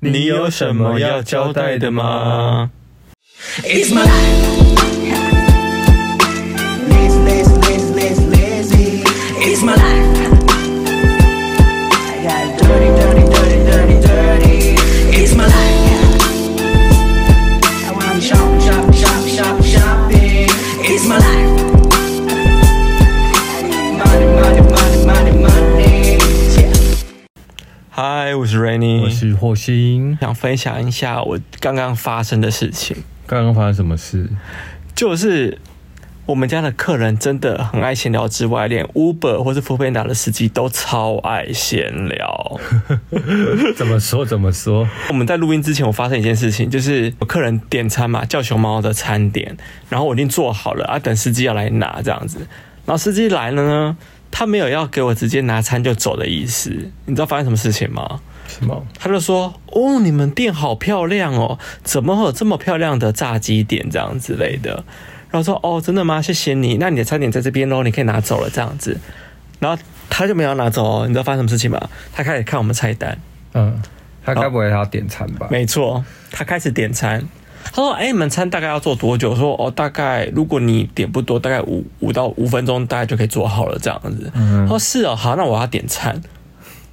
你有什么要交代的吗？ It's my life. Lazy, lazy, lazy, lazy, lazy. It's my life. I got dirty, dirty, dirty, dirty, dirty. It's my life. I wanna shop, shop, shop, shop, shopping. It's my life. I need Money, money, money, money, money. Yeah. 嗨，我是 Rainy，我是火星。想分享一下我刚刚发生的事情，刚刚发生什么事？就是我们家的客人真的很爱闲聊，之外，连 Uber 或是 f o o p a n d a 的司机都超爱闲 聊。怎么说？怎么说？我们在录音之前，我发生一件事情，就是有客人点餐嘛，叫熊猫的餐点，然后我已经做好了啊，等司机要来拿这样子。然后司机来了呢，他没有要给我直接拿餐就走的意思。你知道发生什么事情吗？什么？他就说：“哦，你们店好漂亮哦，怎么会有这么漂亮的炸鸡店这样之类的？”然后说：“哦，真的吗？谢谢你，那你的餐点在这边喽，你可以拿走了这样子。”然后他就没有拿走哦，你知道发生什么事情吗？他开始看我们菜单，嗯，他该不会他要点餐吧？没错，他开始点餐。他说：“哎、你们餐大概要做多久？”我说：“哦，大概如果你点不多，大概五五到五分钟，大概就可以做好了这样子。嗯他说：“是哦，好，那我要点餐。”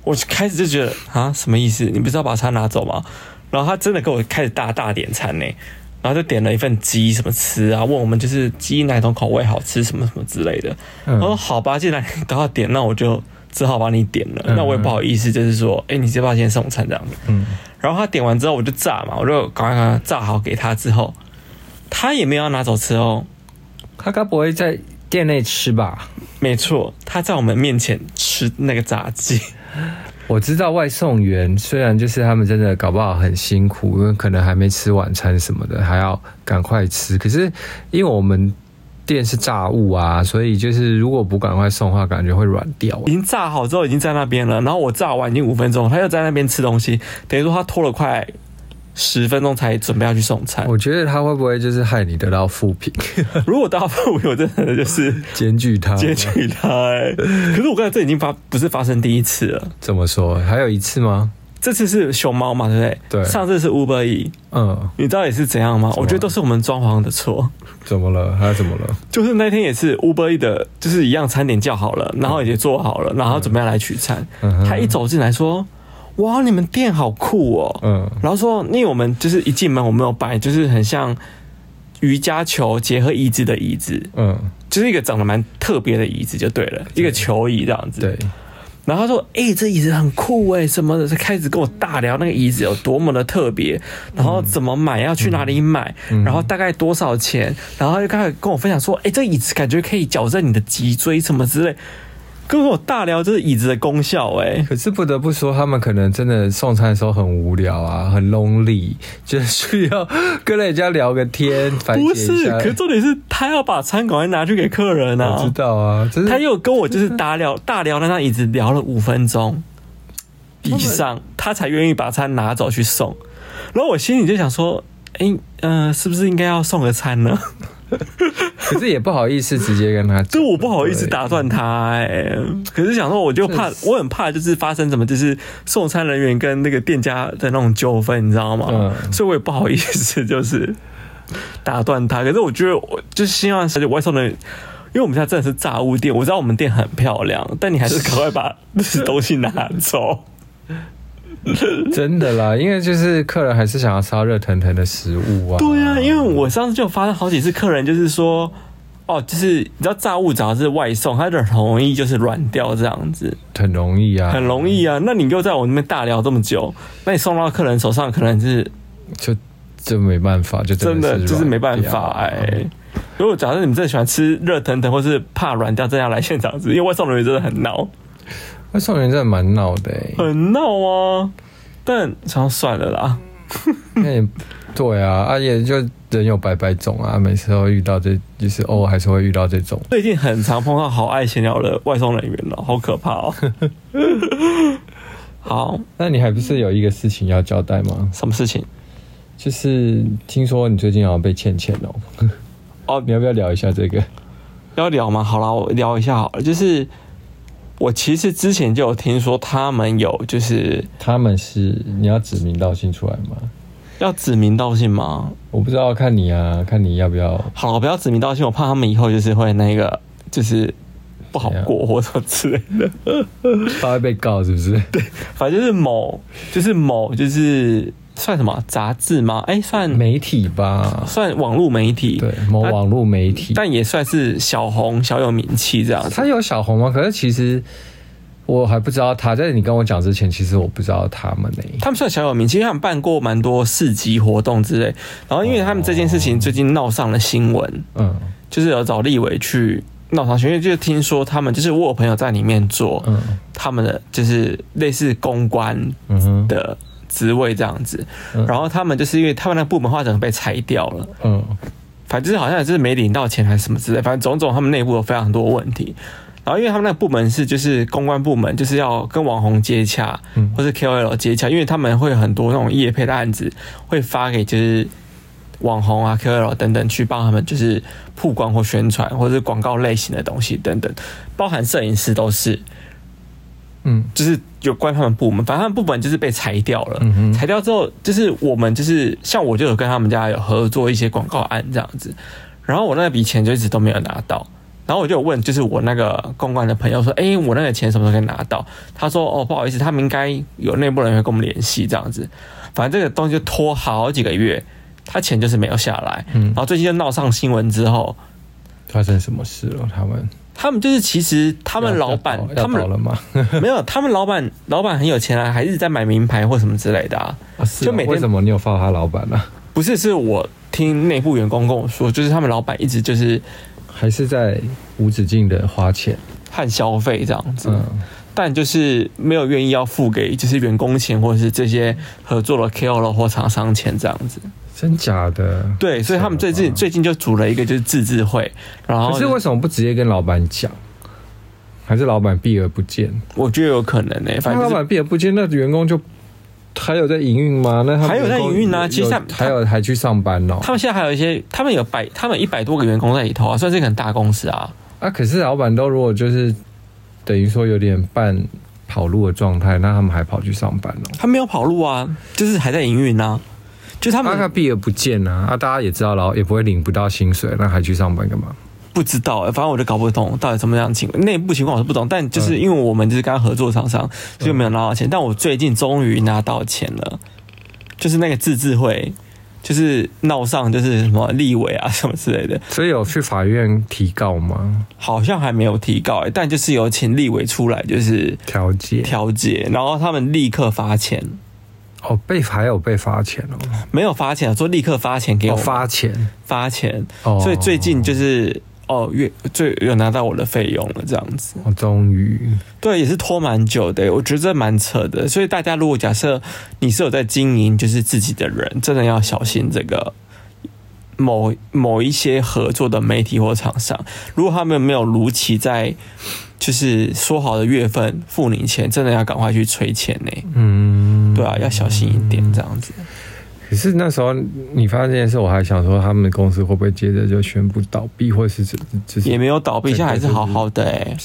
我开始就觉得啊，什么意思？你不是要把餐拿走吗？然后他真的给我开始大大点餐呢，然后就点了一份鸡什么吃啊，问我们就是鸡哪种口味好吃，什么什么之类的。我说好吧，既然你都要点，那我就只好帮你点了。那我也不好意思，就是说，哎、你先把先送餐这样子。然后他点完之后，我就炸嘛，我就赶快赶快炸好给他之后，他也没有要拿走吃哦。他该不会在店内吃吧？没错，他在我们面前吃那个炸鸡。我知道外送员虽然就是他们真的搞不好很辛苦，因为可能还没吃晚餐什么的，还要赶快吃。可是因为我们店是炸物啊，所以就是如果不赶快送的话，感觉会软掉、已经炸好之后已经在那边了，然后我炸完已经五分钟，他又在那边吃东西，等于说他拖了快十分钟才准备要去送餐。我觉得他会不会就是害你得到负评， 如果大部分我真的就是检举他？截取他、 欸，可是我刚才这已经发不是发生第一次了，怎么说？还有一次吗？这次是熊猫嘛，对不对？对上次是 Uber E，嗯，你知道也是怎样吗？我觉得都是我们装潢的错，怎么了？他怎么了？就是那天也是 Uber E 的，就是一样餐点叫好了，然后也做好了，然后准备要来取餐，嗯哼他一走进来说。哇，你们店好酷哦！嗯然后说，因为我们就是一进门，我们有摆就是很像瑜伽球结合椅子的椅子，嗯，就是一个长得蛮特别的椅子就对了，一个球椅这样子。对。然后他说：“哎、这椅子很酷哎、什么的。”就开始跟我大聊那个椅子有多么的特别，然后怎么买，要去哪里买，嗯然后大概多少钱，然后又开始跟我分享说：“哎、这椅子感觉可以矫正你的脊椎什么之类。”跟我大聊这椅子的功效哎、可是不得不说，他们可能真的送餐的时候很无聊啊，很 lonely，就是 需要跟人家聊个天，排不解一是，下。可重点是他要把餐赶快拿去给客人啊！我知道啊，就是他又跟我就是打聊大聊那张椅子聊了五分钟以上，他才愿意把餐拿走去送。然后我心里就想说，哎、呃，是不是应该要送个餐呢？可是也不好意思直接跟他讲，就我不好意思对打断他、哎，可是想说我就怕确，实我很怕就是发生什么，就是送餐人员跟那个店家的那种纠纷，你知道吗？嗯所以我也不好意思就是打断他。可是我觉得我就是希望而且外送的人。因为我们家真的是炸物店，我知道我们店很漂亮，但你还是赶快把就是东西拿 走。真的啦，因为就是客人还是想要吃到热腾腾的食物啊。对啊，因为我上次就有发生好几次客人就是说，哦，就是你知道炸物只要是外送，它就很容易就是软掉这样子。很容易啊，很容易啊。那你又在我那边大聊这么久，那你送到客人手上，可能是就就没办法，就真的的就是没办软掉法啊哎、如果假设你们真的喜欢吃热腾腾，或是怕软掉，真的要来现场吃，因为外送人员真的很闹，外送员真的蛮闹的、欸，很闹啊。但想要算了啦， 那也对啊，啊也就人有百百种啊，每次都会遇到这，就是偶尔还是会遇到这种。最近很常碰到好爱闲聊的外送人员了，好可怕哦。好，那你还不是有一个事情要交代吗？什么事情？就是听说你最近好像被欠钱哦，哦你要不要聊一下这个？要聊吗？好啦，我聊一下好了，就是我其实之前就有听说他们有就是他们是你要指名道姓出来吗？要指名道姓吗？我不知道，看你啊，看你要不要。好了，不要指名道姓，我怕他们以后就是会那个就是不好过或什么之类的。他会被告是不是？反正就是某就是某就是算什么杂志吗？哎、算 媒体吧，算网络媒体，对，某它网络媒体。但也算是小红小有名气这样子。他有小红吗？可是其实我还不知道他，在你跟我讲之前，其实我不知道他们呢、他们算小有名气，因为他们办过蛮多市集活动之类。然后，因为他们这件事情最近闹上了新闻，嗯就是有找立委去闹上去，因为就听说他们就是我有朋友在里面做嗯他们的就是类似公关嗯哼，的职位这样子。然后他们就是因为他们那部门化整个被裁掉了，嗯反正就是好像就是没领到钱还是什么之类，反正种种他们内部有非常多问题。然后因为他们那个部门是就是公关部门，就是要跟网红接洽，嗯或是 KOL 接洽，因为他们会有很多那种业配的案子会发给就是网红啊、KOL 等等去帮他们就是曝光或宣传，或是广告类型的东西等等，包含摄影师都是，嗯就是有关他们部门，反正他们部门就是被裁掉了。嗯哼裁掉之后，就是我们就是像我就有跟他们家有合作一些广告案这样子，然后我那笔钱就一直都没有拿到。然后我就有问，就是我那个公关的朋友说，诶，我那个钱什么时候可以拿到？他说，哦，不好意思，他们应该有内部人员跟我们联系这样子。反正这个东西就拖好几个月，他钱就是没有下来。嗯然，后最近就闹上新闻之后，发生什么事了？他们他们就是其实他他们老板，要他倒们了吗？没有，他们老板老板很有钱啊，还一直在买名牌或什么之类的啊。 啊是啊就每天为什么你有发他老板呢、啊？不是，是我听内部员工跟我说，就是他们老板一直就是还是在无止境的花钱？和消费这样子，嗯但就是没有愿意要付给就是员工钱或者是这些合作的 KOL 或厂商钱这样子。真假的？对，所以他们最是近吗最近就组了一个就是自治会，然后可是为什么不直接跟老板讲？还是老板避而不见？我觉得有可能呢、欸反正、那老就是。板避而不见，那员工就还有在营运吗？那他们还有在员工营运啊有其实他还有还去上班哦。他们现在还有一些，他们有百，他们一百多个员工在里头啊，算是一个很大公司啊。啊，可是老板都如果就是等于说有点半跑路的状态，那他们还跑去上班哦。他没有跑路啊，就是还在营运啊，就是他啊，他们避而不见啊，啊，大家也知道，然后也不会领不到薪水，那还去上班干嘛？不知道、欸，反正我就搞不懂到底什么样的情况，内部情况我是不懂，但就是嗯因为我们就是跟他合作厂商，所以没有拿到钱，但我最近终于拿到钱了，就是那个自治会，就是闹上就是什么立委啊 什么之类的，所以有去法院提告吗？好像还没有提告、欸，但就是有请立委出来就是调解？调解，然后他们立刻发钱，哦，被还有被罚钱哦，没有发钱，说立刻发钱给有我、哦发钱发钱，哦，所以最近就是。哦，月最有拿到我的费用了，这样子。哦，终于对，也是拖蛮久的，我觉得这蛮扯的。所以大家如果假设你是有在经营就是自己的人，真的要小心这个某某一些合作的媒体或厂商，如果他们没有如期在就是说好的月份付你钱，真的要赶快去催钱呢、嗯，对啊，要小心一点这样子。可是那时候你发现这件事，我还想说他们公司会不会接着就宣布倒闭，或是只只是也没有倒闭，现在还是好好的哎、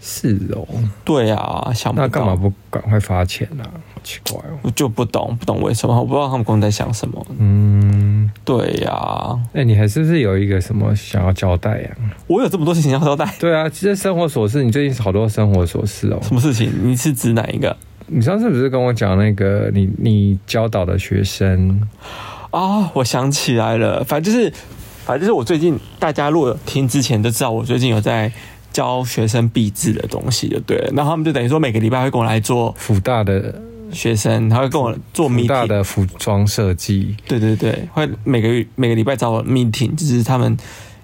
是哦？对啊，想不那干嘛到，不赶快发钱呢、啊？好奇怪哦。我就不懂，不懂为什么，我不知道他们公司在想什么。嗯，对呀、哎、你还是不是有一个什么想要交代啊呀、我有这么多事情要交代，对啊，其实生活琐事，你最近好多生活琐事哦。什么事情？你是指哪一个？你上次不是跟我讲那个你你教导的学生，啊、我想起来了，反正就是，反正就是我最近大家如果有听之前就知道，我最近有在教学生必制的东西，就对了。然后他们就等于说每个礼拜会跟我来做福大的学生，他会跟我做福大 meeting，的服装设计，对对对，会每个月每个礼拜找我 meeting，就是他们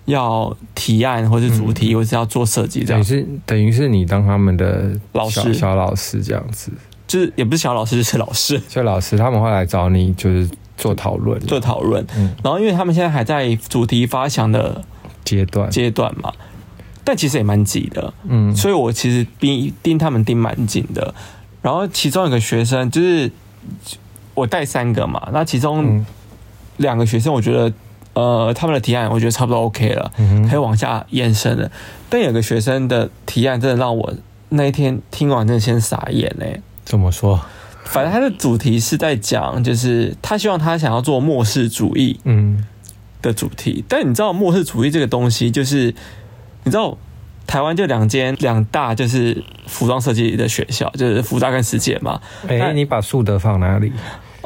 要提案或是主嗯题，或是要做设计这等于样，是等于是你当他们的老师小小老师这样子。就是也不是小老师，就是老师所以老师他们会来找你，就是做讨论做讨论。嗯然后因为他们现在还在主题发想的阶段，阶段嘛，但其实也蛮急的。嗯所以我其实盯盯他们盯蛮紧的。然后其中有个学生就是我带三个嘛，那其中嗯两个学生我觉得呃他们的提案我觉得差不多 OK 了，嗯可以哼，往下延伸了。但有个学生的提案真的让我那一天听完真的先傻眼嘞、怎么说？反正他的主题是在讲，就是他希望他想要做末世主义嗯，的主题，但你知道末世主义这个东西，就是你知道台湾就两间两大就是服装设计的学校，就是福大跟师姐 嘛，哎、那你把树德放哪里？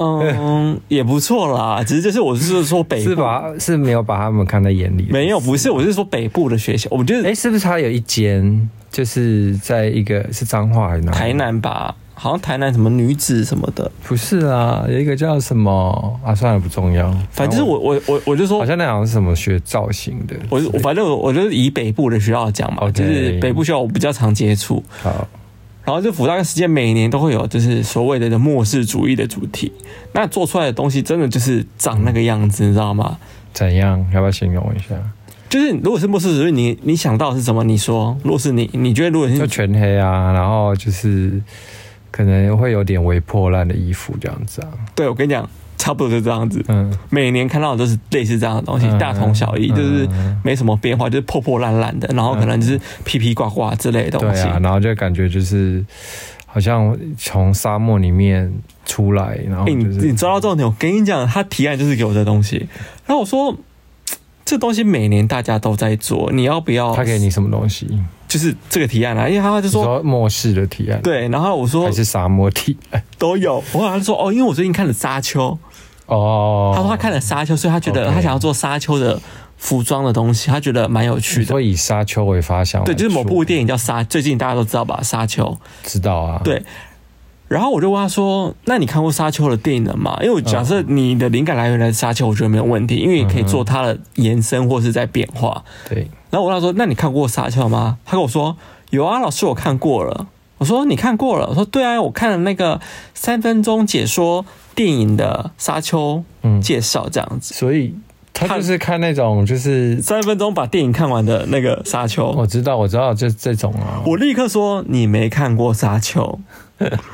嗯，也不错啦，只是就是我是说北是部把是没有把他们看在眼里？哎没有，不是，我是说北部的学校，我觉哎、得是不是他有一间就是在一个是彰化还是哪里？台南吧，好像台南什么女子什么的，不是啊，有一个叫什么啊？算了，不重要。反正就是我我我我就说哦好像那好像是什么学造型的。我我反正我我就是以北部的学校讲嘛 OK 就是北部学校我比较常接触，好，然后就福大跟实践每年都会有就是所谓的的末世主义的主题，那做出来的东西真的就是长那个样子，你知道吗？怎样？要不要形容一下？就是如果是末世主义，你你想到的是什么？你说，如果是你，你觉得如果就是全黑啊，然后就是可能会有点微破烂的衣服这样子啊。对我跟你讲，差不多就这样子。嗯，每年看到的都是类似这样的东西，嗯大同小异，嗯就是没什么变化，就是破破烂烂的，然后可能就是披披挂挂之类的对东西。啊，然后就感觉就是好像从沙漠里面出来，然后哎、你就是、你抓到重点，我跟你讲，他提案就是给我这东西，然后我说嘖这东西每年大家都在做，你要不要？他给你什么东西？就是这个提案啊，因为他就你说说末世的提案，，对，然后我说还是沙漠提案？都有，我好像说哦，因为我最近看了《沙丘》，哦，他说他看了《沙丘》，所以他觉得 OK 他想要做《沙丘》的服装的东西，他觉得蛮有趣你的说。以沙丘为发想来对，说，就是某部电影叫《沙》，最近大家都知道吧，《沙丘》。知道啊，对然后我就问他说：“那你看过《沙丘》的电影了吗？”因为我假嗯设你的灵感来源来自《沙丘》，我觉得没有问题，因为你可以做它的延伸或是在变化。对，然后我问他说：“那你看过《沙丘》吗？”他跟我说：“有啊，老师，我看过了。”我说：“你看过了？”我说：“对啊，我看了那个三分钟解说电影的《沙丘嗯》，介绍，这样子，所以他看就是看那种就是哦三分钟把电影看完的那个《沙丘》。”我知道我知道就是这种啊，我立刻说：“你没看过《沙丘》？”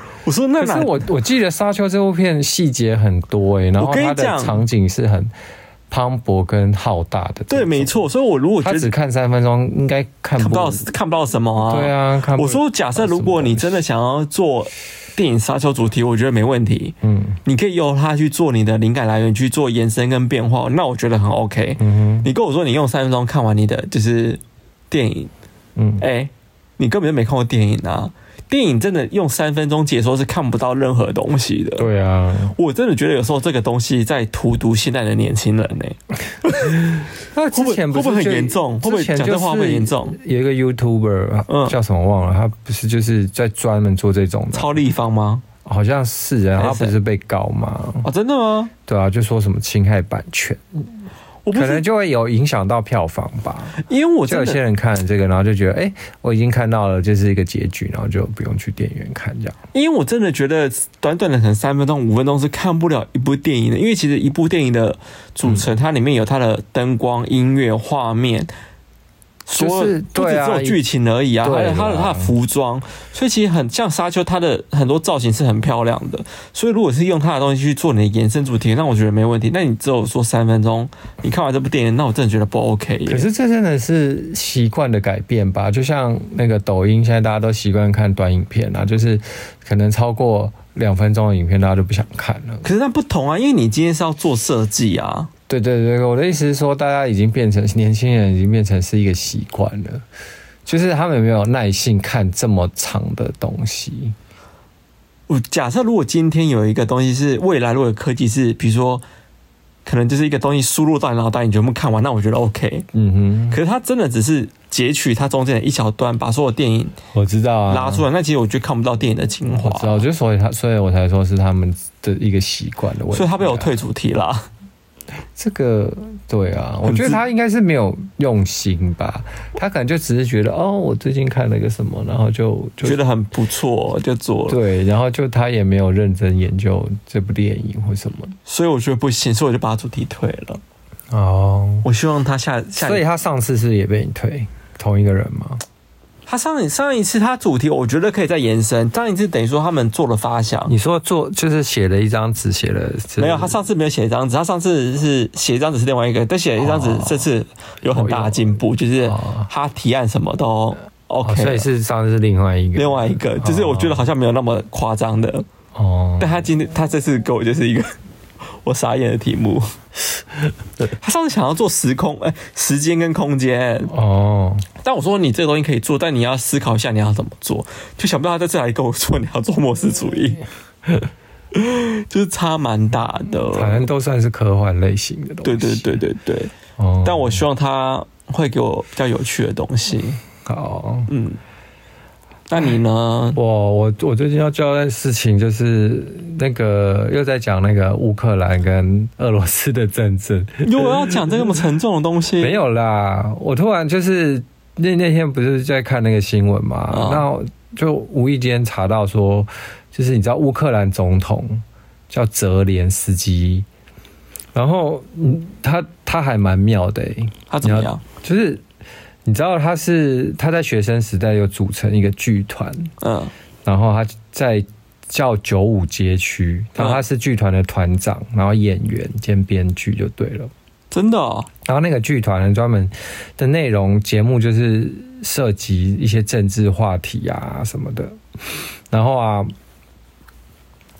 我说：“那可哪是我我记得《沙丘》这部片细节很多哎、然后我跟你它的讲场景是很磅礴跟浩大的。对，没。错。所以，我如果觉他得只看三分钟，应该看看不不到看不到什么啊。对，啊，看不我说假设如果你真的想要做电影沙丘主题，我觉得没问题，嗯你可以由它去做你的灵感来源，去做延伸跟变化，那我觉得很 OK。嗯哼你跟我说你用三分钟看完你的就是电影，嗯，哎、你根本就没看过电影啊！电影真的用三分钟解说是看不到任何东西的。对啊，我真的觉得有时候这个东西在荼毒现在的年轻人呢、哎那之前会不会不会不是会就很严重会不会之前讲就这话会不会是严重有一个 YouTuber 嗯叫什么忘了，他不是就是在专门做这种的，超立方吗？好像是啊，还他是谁不是被告吗？哦，真的吗？对啊，就说什么侵害版权，我不可能是，就会有影响到票房吧。因为我就真有的些人看这个，然后就觉得，哎、我已经看到了，这是一个结局，然后就不用去电影院看这样。因为我真的觉得短短的可能三分钟、五分钟是看不了一部电影的，因为其实一部电影的组成，它里面有它的灯光、音乐、画面，所有就是不只对只啊有剧情而已啊，对还有它的啦它的服装，所以其实很像沙丘，它的很多造型是很漂亮的。所以如果是用它的东西去做你的延伸主题，那我觉得没问题。那你只有说三分钟，你看完这部电影，那我真的觉得不 OK 耶。可是这真的是习惯的改变吧？就像那个抖音，现在大家都习惯看短影片啊，就是可能超过两分钟的影片，大家就不想看了。可是那不同啊，因为你今天是要做设计啊，对对对，我的意思是说，大家已经变成年轻人，已经变成是一个习惯了，就是他们没有耐性看这么长的东西。我假设如果今天有一个东西是未来，如果有科技是，比如说，可能就是一个东西输入到你脑袋，你全部看完，那我觉得 OK。嗯可是它真的只是截取它中间的一小段，把所有电影哼，我知道啊，拉出来，那其实我就看不到电影的精华我。知道，就所以他，所以我才说是他们的一个习惯的问题、啊所以他被我退。主题啦，这个对啊，我觉得他应该是没有用心吧，他可能就只是觉得哦，我最近看了个什么，然后就就觉得很不错，就做了。对，然后就他也没有认真研究这部电影或什么所以我觉得不行，所以我就把主题退了。哦。我希望他下下，所以他上次是不是也被你推同一个人吗？他上一上一次他主题，我觉得可以再延伸。上一次等于说他们做了发想，你说做就是写了一张纸，写了没有，他上次没有写一张纸，他上次是写一张纸是另外一个，但写了一张纸哦，这次有很大的进步，就是他提案什么都 OK，、哦，所以是上次是另外一个，另外一个，就是我觉得好像没有那么夸张的，哦，但他今天他这次给我就是一个 我傻眼的题 目。他上次想要做时空，哎、时间跟空间，哦，但我说你这个东西可以做，但你要思考一下你要怎么做，就想不到他在这里跟我说你要做末世主 义，就是差蛮大反的。正都算是科幻类型的东对西。对对对对，哦，但我希望他会给我比较有趣的东西。好，嗯，那你呢？我我我最近要交代的事情就是那个又在讲那个乌克兰跟俄罗斯的战争，如果要讲这么沉重的东西， 没有啦，我突然就是那那天不是在看那个新闻嘛，嗯那我就无意间查到说，就是你知道乌克兰总统叫泽连斯基，然后嗯，他他还蛮妙的、欸，他怎么你样要？就是你知道他是他在学生时代有组成一个剧团，嗯然后他在叫九五街区，然后他是剧团的团长，然后演员兼编剧就对了。，真的、哦，然后那个剧团专门的内容节目就是涉及一些政治话题啊什么的。然后啊，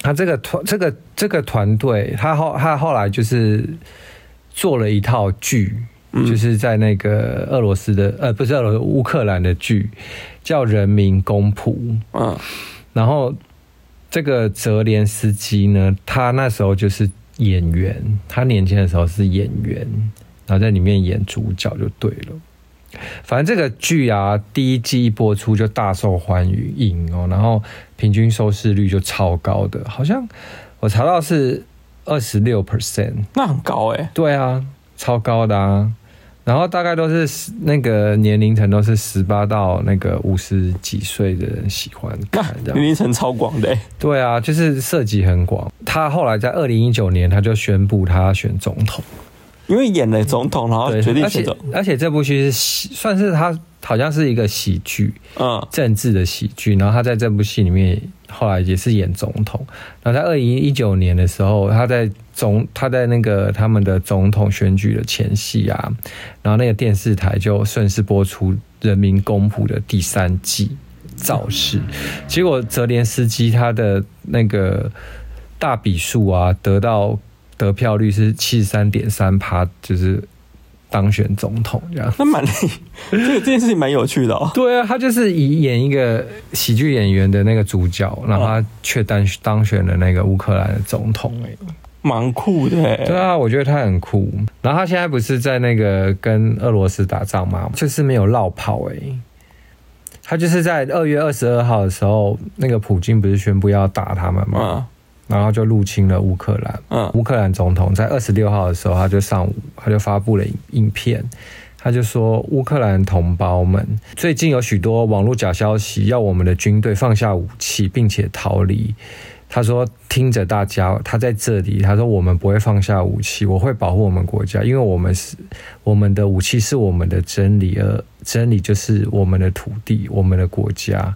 他这个团这个这个团队，他后他后来就是做了一套剧，就是在那个俄罗斯的呃不是俄罗斯乌克兰的剧，叫《人民公仆》。嗯然后这个泽连斯基呢，他那时候就是演员，他年轻的时候是演员，然后在里面演主角就对了。反正这个剧啊，第一季一播出就大受欢迎哦，然后平均收视率就超高的，好像我查到是二十六 percent，那很高哎、对啊，超高的啊。然后大概都是十那个年龄层都是十八到那个五十几岁的人喜欢看这那样。年龄层超广的、欸，对啊，就是涉及很广。他后来在二零一九年，他就宣布他选总统，因为演了总统，然后对哦决，定而选且总，而且这部剧是喜算是他好像是一个喜剧，嗯政治的喜剧，然后他在这部戏里面后来也是演总统。然后在二零一九年的时候，他在总他在那个他们的总统选举的前夕啊，然后那个电视台就顺势播出《人民公仆》的第三季造势，结果泽连斯基他的那个大比数啊，得到得票率是七十三点三趴，就是当选总统这样。那蛮 这个这件事情蛮有趣的哦。对啊，他就是以演一个喜剧演员的那个主角，然后他却当当选了那个乌克兰的总统、欸。蛮酷的、欸，对啊，我觉得他很酷。然后他现在不是在那个跟俄罗斯打仗吗？就是没有落跑哎、他就是在二月二十二号的时候，那个普京不是宣布要打他们吗？嗯然后就入侵了乌克兰。嗯乌克兰总统在二十六号的时候，他就上午他就发布了影影片，他就说乌克兰同胞们，最近有许多网络假消息，要我们的军队放下武器，并且逃离。他说：“听着，大家，他在这里。他说我们不会放下武器，我会保护我们国家，因为我们是我们的武器是我们的真理，而真理就是我们的土地，我们的国家。”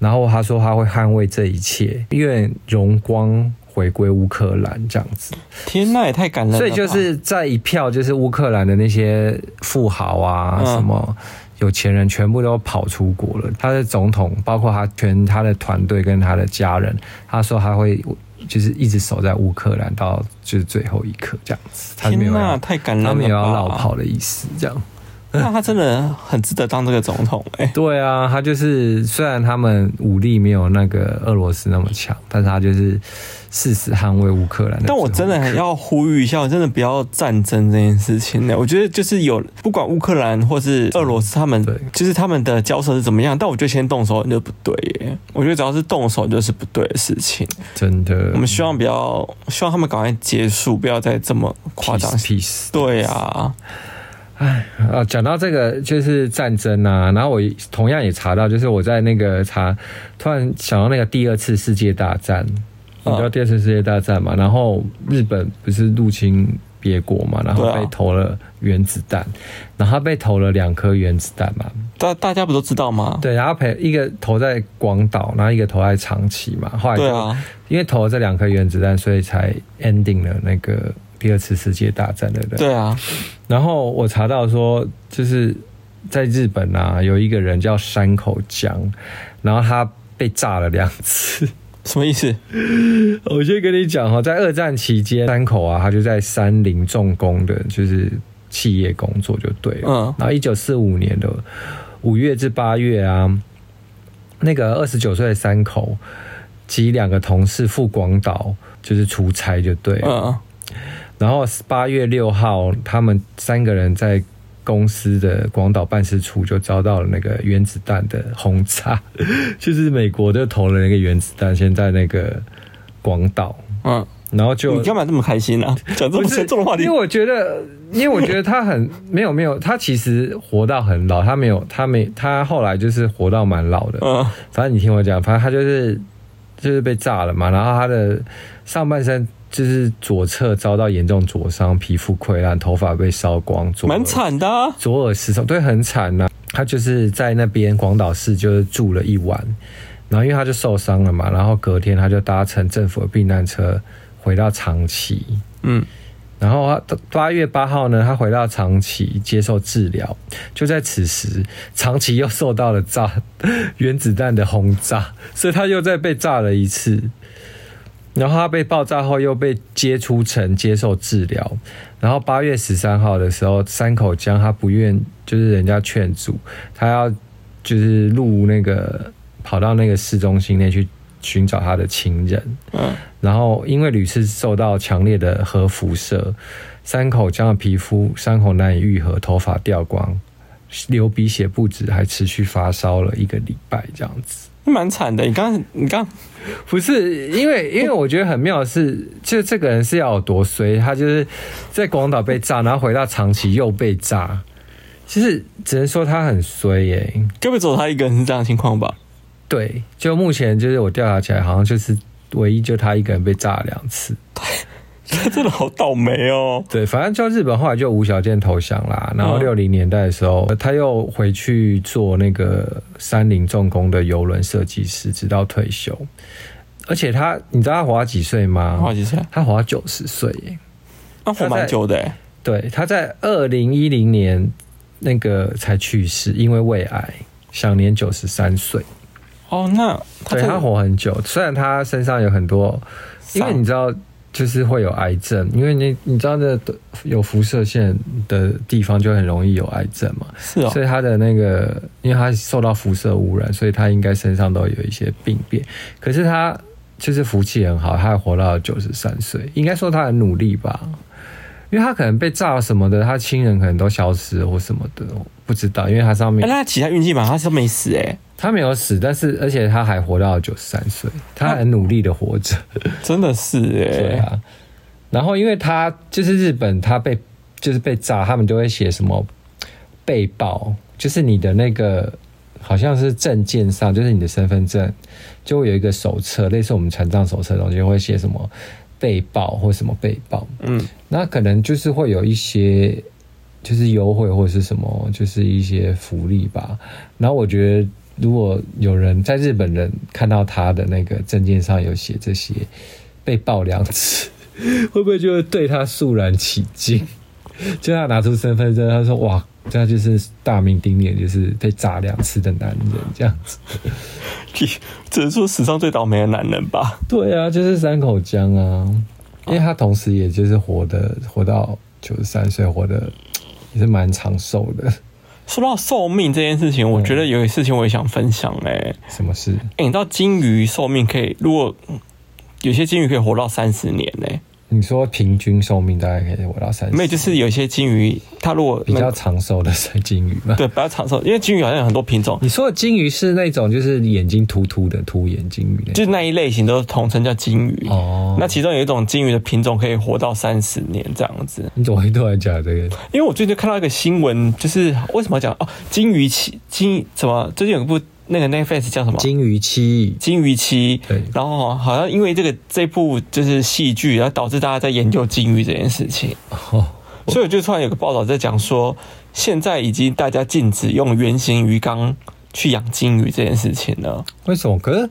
然后他说他会捍卫这一切，愿荣光回归乌克兰这样子。天呐，也太感人了吧。所以就是在一票就是乌克兰的那些富豪啊，嗯什么有钱人全部都跑出国了。他的总统，包括他全他的团队跟他的家人，他说他会就是一直守在乌克兰到就是最后一刻这样子。他没天有呐，要太感人了他吧。没有要绕跑的意思，这样。那他真的很值得当这个总统哎、对啊，他就是虽然他们武力没有那个俄罗斯那么强，但是他就是誓死捍卫乌克兰的最但后一刻。我真的很要呼吁一下，我真的不要战争这件事情呢、我觉得就是有不管乌克兰或是俄罗斯，他们对就是他们的交涉是怎么样，但我觉得先动手就不对耶、我觉得只要是动手就是不对的事情。真的，我们希望不要，希望他们赶快结束，不要再这么夸张。 peace。对啊，啊，讲到这个就是战争啊，然后我同样也查到，就是我在那个查，突然想到那个第二次世界大战，你知道嗯第二次世界大战嘛？然后日本不是入侵别国嘛，然后对啊被投了原子弹，然后他被投了两颗原子弹嘛，大大家不都知道吗？对，然后陪一个投在广岛，然后一个投在长崎嘛，后来就对啊，因为投了这两颗原子弹，所以才 ending 了那个第二次世界大战，对不对？对啊，然后我查到说，就是在日本啊，有一个人叫山口江，然后他被炸了两次。什么意思？我就跟你讲哈，在二战期间，山口啊，他就在三菱重工的，就是企业工作就对了。嗯然后一九四五年的五月至八月啊，那个二十九岁的山口及两个同事赴广岛，就是出差就对了。嗯然后八月六号，他们三个人在公司的广岛办事处就遭到了那个原子弹的轰炸， 就是美国就投了那个原子弹，先在那个广岛，嗯，然后就你干嘛这么开心啊？讲这么不是沉重的话题因为，我觉得，因为我觉得他很没有没 有，他其实活到很老，他没有他没他后来就是活到蛮老的，嗯反正你听我讲，反正他就是就是被炸了嘛，然后他的上半身就是左侧遭到严重灼伤，皮肤溃烂，头发被烧光，左耳蛮惨的啊。左耳失聪，对，很惨呐、他就是在那边广岛市就是住了一晚，然后因为他就受伤了嘛，然后隔天他就搭乘政府的避难车回到长崎，嗯然后他八月八号呢，他回到长崎接受治疗。就在此时，长崎又受到了炸 原子弹的轰炸，所以他又再被炸了一次。然后他被爆炸后又被接出城接受治疗。然后八月十三号的时候，山口江他不愿，就是人家劝阻，他要就是入那个跑到那个市中心内去寻找他的亲人。嗯然后因为屡次受到强烈的核辐射，山口江的皮肤伤口难以愈合，头发掉光，流鼻血不止，还持续发烧了一个礼拜这样子。蛮惨的，你刚你刚不是因为，因为我觉得很妙的是，就这个人是要有多衰，他就是在广岛被炸，然后回到长崎又被炸，其实只能说他很衰耶、该不会只有他一个人是这样的情况吧？对，就目前就是我调查起来，好像就是唯一就他一个人被炸了两次。他 真的好倒霉哦。对，反正就日本后来就无小健投降啦，然后六零年代的时候，他又回去做那个三菱重工的游轮设计师，直到退休。而且他，你知道他活到几岁好吗？几岁，他活到九十岁耶。那活蛮久的欸，对，他在二零一零年那个才去世，因为胃癌，享年九十三岁。哦，那他对这他活很久，虽然他身上有很多，因为你知道，就是会有癌症，因为你你知道那个有辐射线的地方就很容易有癌症嘛，是哦，所以他的那个，因为他受到辐射污染，所以他应该身上都有一些病变。可是他就是福气很好，他还活到九十三岁，应该说他很努力吧。因为他可能被炸什么的，他亲人可能都消失了或什么的，我不知道。因为他上哎，面那他其他运气嘛，他是没死哎，他没有死，但是而且他还活到九十三岁，他很努力的活着。真的是对哎，啊，然后因为他就是日本，他被就是被炸，他们都会写什么被爆，就是你的那个好像是证件上，就是你的身份证就会有一个手册，类似我们残障手册的东西，会写什么被爆或什么被爆，嗯， 那可能就是会有一些就是优惠或者是什么，就是一些福利吧。然后我觉得，如果有人在日本人看到他的那个证件上有写这些被爆两次， 会不会就会对他肃然起敬？就他拿出身份证，他说：“哇，他就是大名鼎鼎，就是被炸两次的男人。”这样子，只能说史上最倒霉的男人吧。对啊，就是山口江啊，哦因为他同时也就是活的活到九十三岁，活的也是蛮长寿的。 说到寿命这件事情，我觉得有一个事情我也想分享哎、欸什么事？你知道金鱼寿命可以，如果嗯有些金鱼可以活到三十年呢、欸你说平均寿命大概可以活到三十，没有就是有些金鱼它如果比较长寿的水金鱼嘛。对比较长寿，因为金鱼好像有很多品种，你说的金鱼是那种就是眼睛突突的凸眼金鱼那就种是那一类型都统称叫金鱼。哦，那其中有一种金鱼的品种可以活到三十年这样子，你怎么会突然讲这个？因为我最近看到一个新闻，就是为什么要讲哦，金鱼期金什么？最近有一部那个 Netflix 叫什么？金鱼期金鱼期 对，然后好像因为这个这部就是戏剧，然后导致大家在研究金鱼这件事情，哦，所以我就突然有个报道在讲说，现在已经大家禁止用圆形鱼缸去养金鱼这件事情了。为什么？可是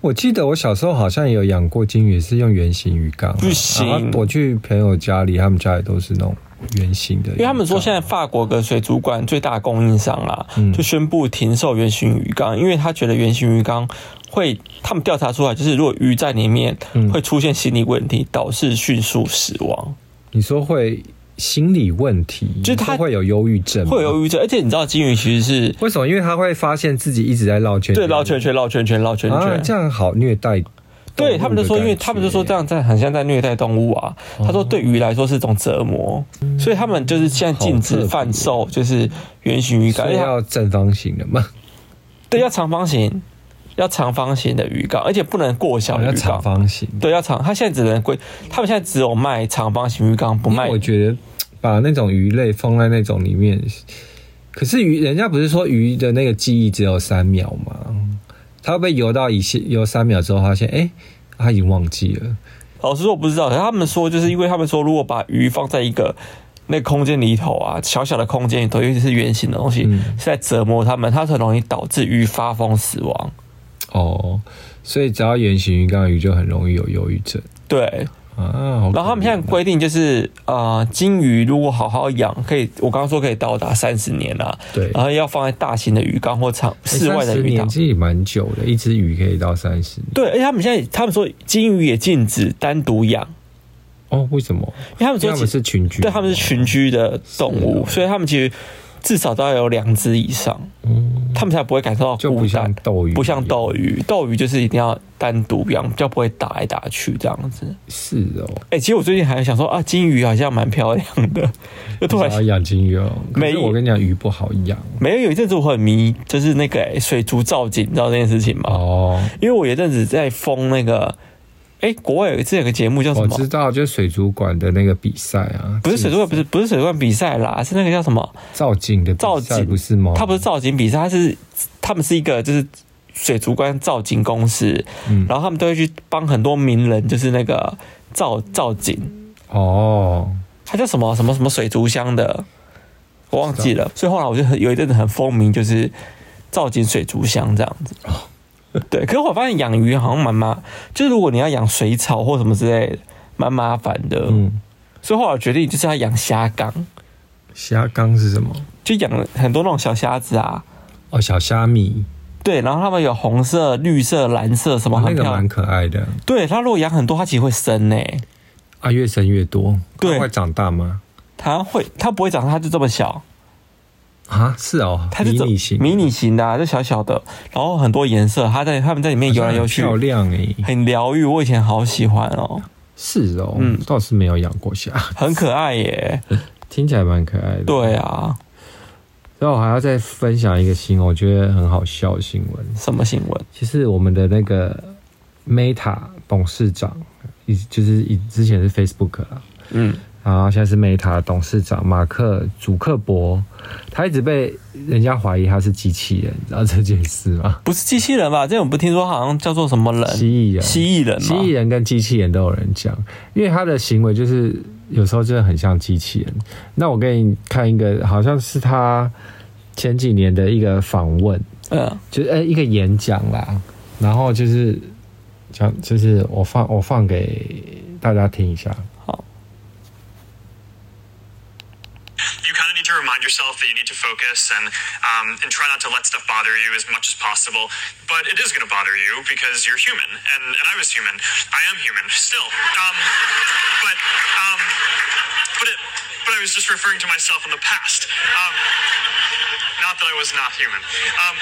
我记得我小时候好像也有养过金鱼，是用圆形鱼缸啊、不行然后我去朋友家里，他们家里都是那种圆形的鱼缸，因为他们说现在法国的水族馆最大供应商啦，嗯就宣布停售圆形鱼缸，因为他觉得圆形鱼缸会，他们调查出来就是如果鱼在里面嗯会出现心理问题，导致迅速死亡，你说会心理问题，就是你说他会有忧郁症吗，会有忧郁症，而且你知道金鱼其实是为什么？因为他会发现自己一直在绕圈圈，对绕圈圈绕圈圈绕圈圈，啊，这样好虐待动物的感觉。哦对他们就说，因为他们就说这样在很像在虐待动物啊。他说对鱼来说是一种折磨，嗯所以他们就是现在禁止贩售就是圆形鱼所缸，以而且它要正方形的嘛，对要长方形，要长方形的鱼缸，而且不能过小哦的要鱼长缸。方形。对，要长，他现在只能规，他们现在只有卖长方形鱼缸，不因卖为我觉得把那种鱼类放在那种里面，可是鱼人家不是说鱼的那个记忆只有三秒吗？它会不会游到一些游三秒之后，发现哎、诶它已经忘记了？老实说，我不知道。可是他们说，就是因为他们说，如果把鱼放在一个那个空间里头啊，小小的空间里头，尤其是圆形的东西，嗯是在折磨他们，它很容易导致鱼发疯死亡。哦，所以只要圆形鱼缸鱼就很容易有忧郁症对，啊。好可然后他们现在怜啊规定就是，呃，金鱼如果好好养，可以，我刚刚说可以到达三十年啊，对然后要放在大型的鱼缸或场室外的30鱼年缸。纪蛮久的，一只鱼可以到三十年对，而且他们现在他们说金鱼也禁止单独养，哦？为什么？因为他们因为说他们其是群居，对他们是群居的动物，是哦所以他们其实至少都要有两只以上，嗯，他们才不会感受到就孤不像单。斗鱼一样，不像斗鱼，斗鱼就是一定要单独养，比较不会打来打去这样子。是哦。哎、其实我最近还想说啊，金鱼好像蛮漂亮的，就突然想要养金鱼哦，可没是我跟你讲，鱼不好养没有有一阵子我很迷，就是那个、哎水族造景，你知道这件事情吗？哦。因为我有一阵子在封那个，哎、国外有一次有个节目叫什我么？知道，就是水族馆的那个比赛啊，不是水族馆，不是不是水族馆比赛啦，是那个叫什么？造景的比造赛，景不是吗？它不是造景比赛，它是他们是一个就是水族馆造景公司，嗯然后他们都会去帮很多名人，就是那个造造景，哦，它叫什么什么什么水族箱的，我忘记了。所以后来我就很有一阵子很风靡，就是造景水族箱这样子。 对，可是我发现养鱼好像蛮麻，就是如果你要养水草或什么之类的，蛮麻烦的。嗯，所以后来我决定就是要养虾缸，虾缸是什么？就养了很多那种小虾子啊。哦，小虾米，对，然后它们有红色、绿色、蓝色什么，哦那很个漂蛮亮。可爱的对，它如果养很多，它其实会欸生呢、啊，越生越多，对它会长大吗？它会，它不会长，它就这么小，啊，是哦，它就迷这你型，迷你型的、啊，就小小的，然后很多颜色，它在它们在里面游来游去好像，很漂亮诶，很疗愈。我以前好喜欢哦，是哦，嗯倒是没有养过虾， 很可爱耶。听起来蛮可爱的。对啊，然后我还要再分享一个新闻，我觉得很好笑的新闻。什么新闻？其实我们的那个 Meta 董事长，以就是以之前是 Facebook 啦，嗯，然后现在是 Meta 董事长马克·祖克伯，他一直被人家怀疑他是机器人，你知道这件事吗？不是机器人吧？这我不听说好像叫做什么人？蜥蜴人，嗯蜥蜴人蜥吗？蜴人跟机器人都有人讲，因为他的行为就是有时候真的很像机器人。那我给你看一个，好像是他前几年的一个访问，嗯，就是呃一个演讲啦，然后就是讲，就是我放我放给大家听一下。好， you kind of need to remind yourself that you need to focus and um, and try not to let stuff bother you as much as possible. But it is going to bother you because you're human, and, and I was human. I am human still. Um, but um, but it, but I was just referring to myself in the past. Um, not that I was not human. Um,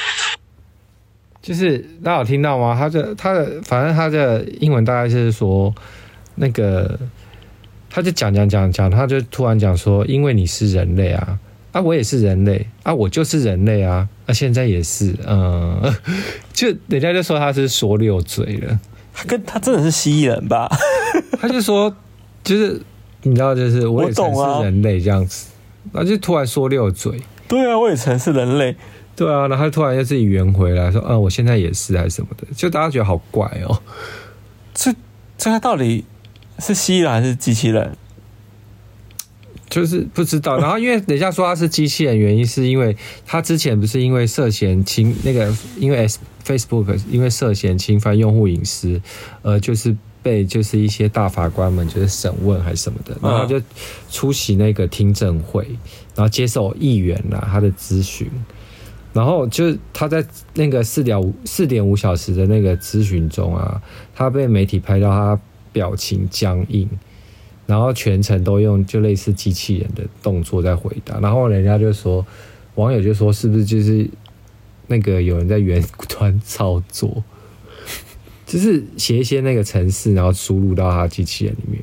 就是大家有听到吗？他的他的，反正他的英文大概是说，那个他就讲讲讲讲，他就突然讲说，因为你是人类啊，啊我也是人类啊，我就是人类啊，啊现在也是，嗯， 就人家就说他是说溜嘴了，它跟它真的是蜥蜴人吧？ 他就说就是你知道就是我也曾我懂啊是人类这样子，然后就突然说溜嘴。对啊，我也曾是人类。对啊，然后他突然又自己圆回来说：“嗯，我现在也是，还是什么的。”就大家觉得好怪哦、这这它到底是蜥蜴人还是机器人？就是不知道。然后因为人家说他是机器人，原因是因为他之前不是因为涉嫌侵那个，因为 S- Facebook 因为涉嫌侵犯用户隐私，呃，就是被就是一些大法官们就是审问还是什么的，然后他就出席那个听证会，然后接受议员啦、他的咨询，然后就是他在那个四点五四点五小时的那个咨询中啊，他被媒体拍到他表情僵硬，然后全程都用就类似机器人的动作在回答，然后人家就说，网友就说是不是就是那个有人在远端操作， 就是写一些那个程式，然后输入到他机器人里面。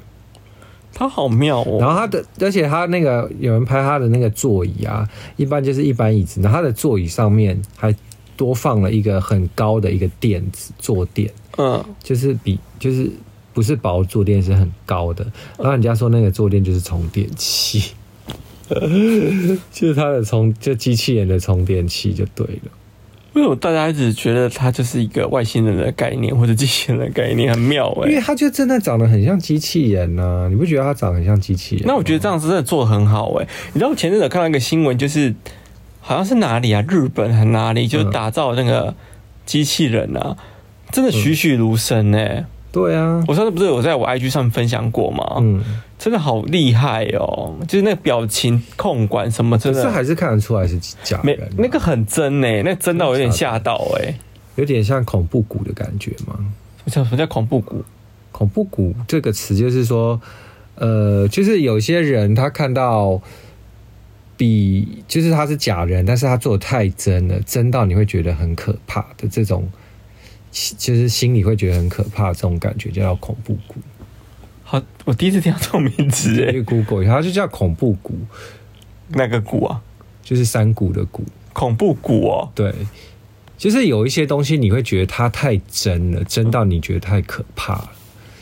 他好妙哦然，后他的，而且他那个有人拍他的那个座椅啊，一般就是一般椅子，然后他的座椅上面还多放了一个很高的一个垫子坐垫，嗯，就是比就是不是薄坐垫是很高的，然后人家说那个坐垫就是充电器， 就是它的充就机器人的充电器就对了。为什么大家一直觉得它就是一个外星人的概念或者机器人的概念，很妙哎、因为它就真的长得很像机器人呐、你不觉得它长得很像机器人吗？那我觉得这样子真的做的很好哎、你知道我前阵子有看到一个新闻，就是好像是哪里啊，日本还哪里，就是打造那个机器人啊，真的栩栩如生哎、对啊，我上次不是有在我 IG 上分享过吗？嗯，真的好厉害哦，就是那个表情控管什么，真可是的还是看得出来是假啊没人啊、那个很真哎、那真到有点吓到哎、有点像恐怖谷的感觉吗？我想什么叫恐怖谷？恐怖谷这个词就是说，呃，就是有些人他看到比就是他是假人，但是他做的太真了，真到你会觉得很可怕的这种，就是心里会觉得很可怕的这种感觉，就叫恐怖谷。好，我第一次听到这种名字哎、去 Google 一下，它就叫恐怖谷，那个谷啊？就是山谷的谷。恐怖谷哦，对，就是有一些东西你会觉得它太真了，真到你觉得太可怕了。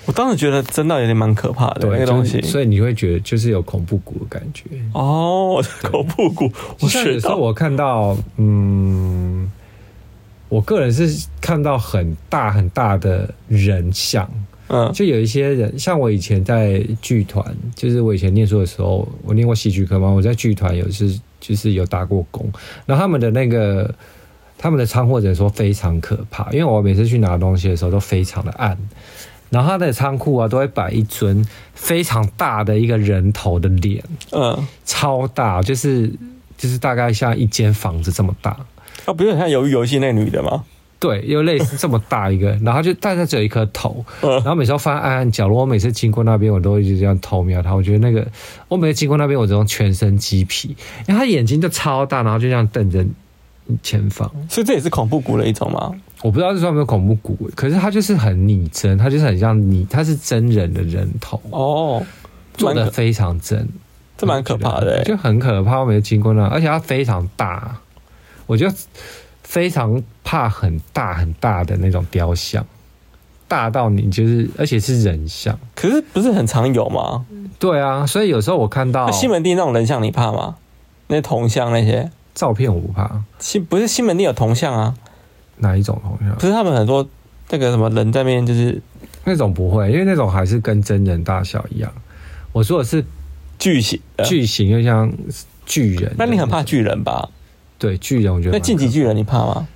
我当时觉得真的有点蛮可怕的对，那个东西就是。所以你会觉得就是有恐怖谷的感觉。哦，恐怖谷，我就像有学时候到我看到，嗯，我个人是看到很大很大的人像，嗯就有一些人，像我以前在剧团，就是我以前念书的时候，我念过戏剧科嘛，我在剧团有是就是有打过工，然后他们的那个他们的仓货者说非常可怕，因为我每次去拿东西的时候都非常的暗，然后他的仓库啊都会摆一尊非常大的一个人头的脸，嗯，超大，就是就是大概像一间房子这么大，啊，不是很像鱿鱼游戏那个女的吗？对，又类似这么大一个，然后就但它只有一颗头，嗯然后每次要翻暗暗角落，我每次经过那边，我都一直这样偷瞄它。我觉得那个，我每次经过那边，我这种全身鸡皮，因为它眼睛就超大，然后就这样瞪着前方。所以这也是恐怖谷的一种吗？我不知道是算不是恐怖谷，可是它就是很拟真，它就是很像拟，它是真人的人头，哦，做蛮的可非常真，这蛮可怕的欸就很可怕。我每次经过那，而且它非常大，我就非常怕很大很大的那种雕像，大到你就是，而且是人像。可是不是很常有吗？对啊，所以有时候我看到那西门町那种人像你怕吗？那些铜像那些照片，我不怕西不是西门町有铜像啊，哪一种铜像不，是他们很多那个什么人在面就是那种不会，因为那种还是跟真人大小一样。我说的是巨型的。巨型，就像巨人。啊那你很怕？巨人吧？对，巨人我觉得那蛮晋级可巨人你怕吗？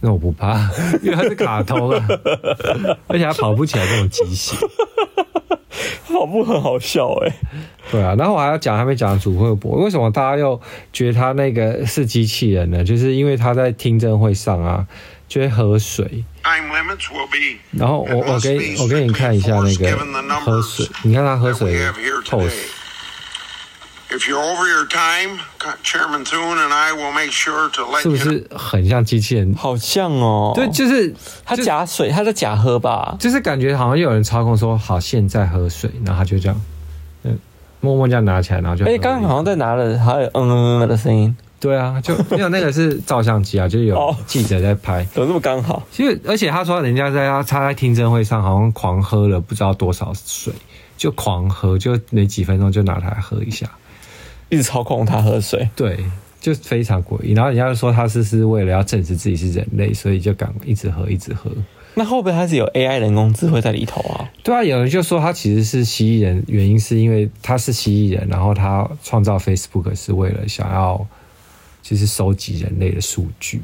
那我不怕，因为它是卡通 啊，而且它跑不起来这种畸形。跑步很好笑哎、对啊，然后我还要讲还没讲主会博，为什么大家又觉得他那个是机器人呢？就是因为他在听证会上啊，就会喝水。 Time limits will be. 然后我我给我给你看一下那个喝水，你看他喝 that we 水 have here 透 today. 水， If you're over your time, Chairman Thune and I will make sure to let 是不 you know. 是很像机器人？好像哦，对，就是他假水，他在假喝吧？就是感觉好像有人操控说好现在喝水，然后他就这样，嗯，默默这样拿起来，然后就喝而了且一口。哎刚刚好像在拿了，还有嗯嗯嗯的声音，对啊，就没有那个是照相机啊，就是有哦记者在拍。怎么这么刚好？其实，而且他说人家在他他在听证会上好像狂喝了不知道多少水，就狂喝，就没几分钟就拿它来喝一下，一直操控他喝水，对，就非常诡异。然后人家就说他是是为了要证实自己是人类，所以就敢一直喝一直喝。那会不会他是有 AI 人工智慧在里头啊？对啊，有人就说他其实是蜥蜴人，原因是因为他是蜥蜴人，然后他创造 Facebook 是为了想要就是收集人类的数据，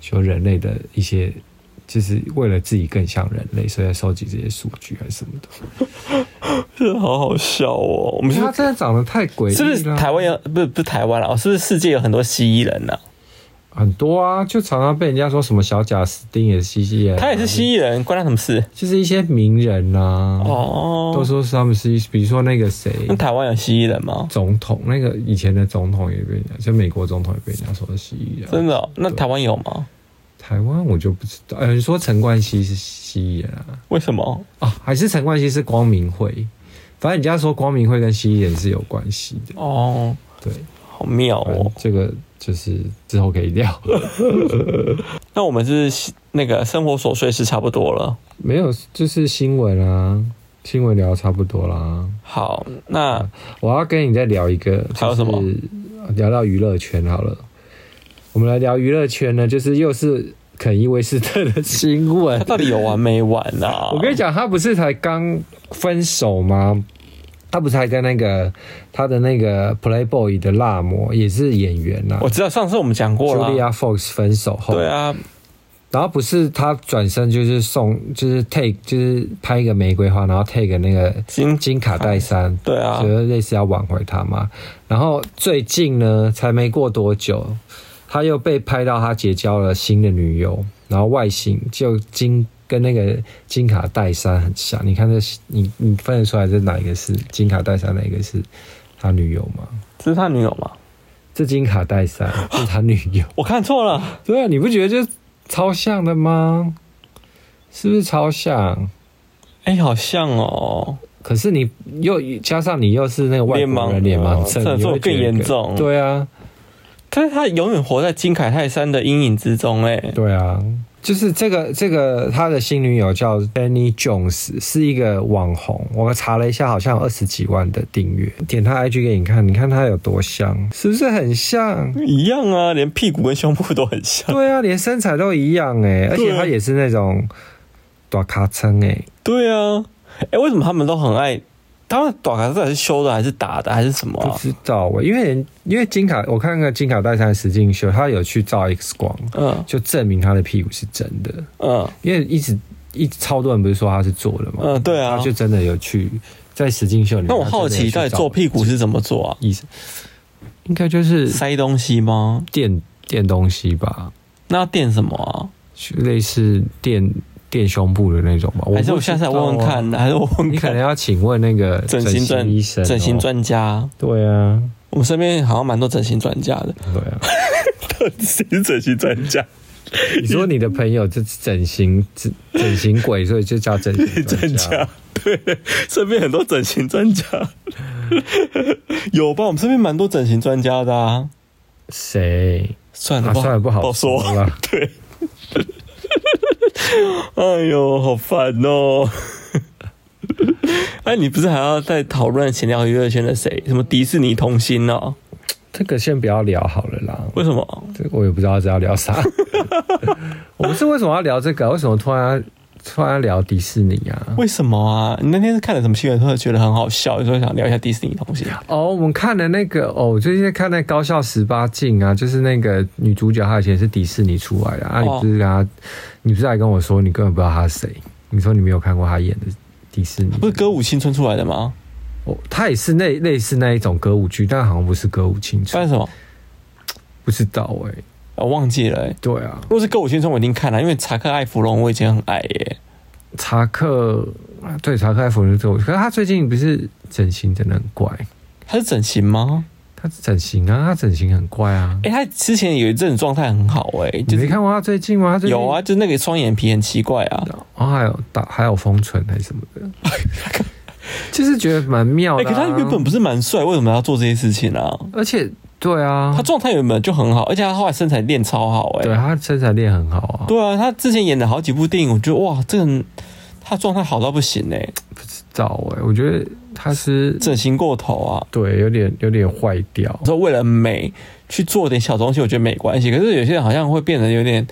就人类的一些就是为了自己更像人类，所以在收集这些数据还是什么的。这好好笑哦！我们是他真的长得太诡异了，是不是台湾有不是不是台湾了、哦？是不是世界有很多蜥蜴人呢、很多啊？就常常被人家说什么小贾斯汀也是蜥蜴人啊、他也是蜥蜴人，关他什么事？就是一些名人呐、啊，哦都说是他们是，比如说那个谁，那台湾有蜥蜴人吗？总统，那个以前的总统也被人家，就美国总统也被人家说是蜥蜴人。真的哦、那台湾有吗？台湾我就不知道，呃，你说陈冠希是蜥蜴人啊？为什么？啊，还是陈冠希是光明会？反正人家说光明会跟蜥蜴人是有关系的，哦，对。好妙反正哦！这个就是之后可以聊，那我们是那个生活琐碎是差不多了。没有就是新闻啊，新闻聊得差不多啦。好，那我要跟你再聊一个，还有什么？聊到娱乐圈好了，我们来聊娱乐圈呢，就是又是肯伊威斯特的新闻他。哎到底有完没完啊？ 我跟你讲，他不是才刚分手吗？他不是还跟那个他的那个 Playboy 的辣模也是演员呐、我知道上次我们讲过了， Julia Fox 分手后，对啊，然后不是他转身就是送，就是 take 就是拍一个玫瑰花，然后 take 那个金金卡戴珊，对啊觉得类似要挽回他嘛。然后最近呢，才没过多久，他又被拍到他结交了新的女友，然后外形就金跟那个金卡戴珊很像。你看这你你分得出来这哪一个是金卡戴珊，哪一个是他女友吗？这是他女友吗？这金卡戴珊是他女 友。我看错了，对啊，你不觉得就超像的吗？是不是超像？哎、好像哦，可是你又加上你又是那个外国脸人脸盲盲症，症你会觉得更严重对啊，但是他永远活在金凯泰山的阴影之中、哎，对啊，就是这个这个他的新女友叫 Jenny Jones，是一个网红。我查了一下，好像有二十几万的订阅。点他 IG 给你看，你看他有多像，是不是很 像？一样啊，连屁股跟胸部都很像。对啊，连身材都一样哎、啊而且他也是那种短卡称哎，对啊，哎、为什么他们都很爱？他们短卡到底是修的还是打的还是什么、不啊？知道欸因为人因为金卡，我看那个金卡戴珊石进秀，他有去照 X 光，嗯就证明他的屁股是真的。嗯，因为一直一直超多人不是说他是做的嘛，嗯对啊他就真的有去在石进秀里面。那我好奇到底他真的有去照做屁股是怎么做啊？医生，应该就是塞东西吗？垫垫东西吧，那要垫什么啊？类似垫垫胸部的那种吧。还是不我下次来知道问问啊看，还是我问你可看能要请问那个整形形专医生、哦整形，专家。对啊，我们身边好像蛮多整形专家的，对啊。谁是 整形专家？你说你的朋友就是整形整整形鬼，所以就叫整形 专专家家。对，身边很多整形专家， 有吧？我们身边蛮多整形专家的啊。谁？算了，啊，算了，不好好说。了。对，哎呦，好烦哦。 哎，你不是还要再讨论闲聊娱乐圈的谁？什么迪士尼童星哦？这个先不要聊好了啦，为什么？这个我也不知道这要聊 啥。我们是为什么要聊这个？啊为什么突然突然聊迪士尼啊？为什么啊？你那天是看了什么新闻，突然觉得很好笑，所以想聊一下迪士尼东西？哦，我们看了那个哦，我最近在看那《高校十八禁》啊，就是那个女主角她以前是迪士尼出来的啊。你哦不是跟她，你不是还跟我说你根本不知道她是谁？你说你没有看过她演的迪士尼？不是歌舞青春出来的吗？哦，它也是那类似那一种歌舞剧，但好像不是歌舞青不然春，什么？不知道哎、我忘记了、欸。对啊，如果是歌舞青春，我一定看了、因为查克·艾弗隆我以前很爱耶、查克啊对查克·艾弗伦这个，可是他最近不是整形真的很怪，他是整形吗？他整形啊，他整形很怪啊。哎、他之前有一阵子状态很好哎、你就没是看过他最近吗？他最近有啊，，就那个双眼皮很奇怪啊。然后还有打还有封唇还是什么的， 就是觉得蛮妙哎、的、可啊。哦是他原本不是蛮帅，为什么要做这些事情啊？而且对啊，他状态原本就很好，而且他后来身材练超好哎、对啊他身材练很好啊，对啊，他之前演的好几部电影，我觉得哇，这个人他状态好到不行哎、早哎、我觉得他是整形过头啊。对有点有点坏掉。说为了美去做点小东西，我觉得没关系。可是有些人好像会变得有点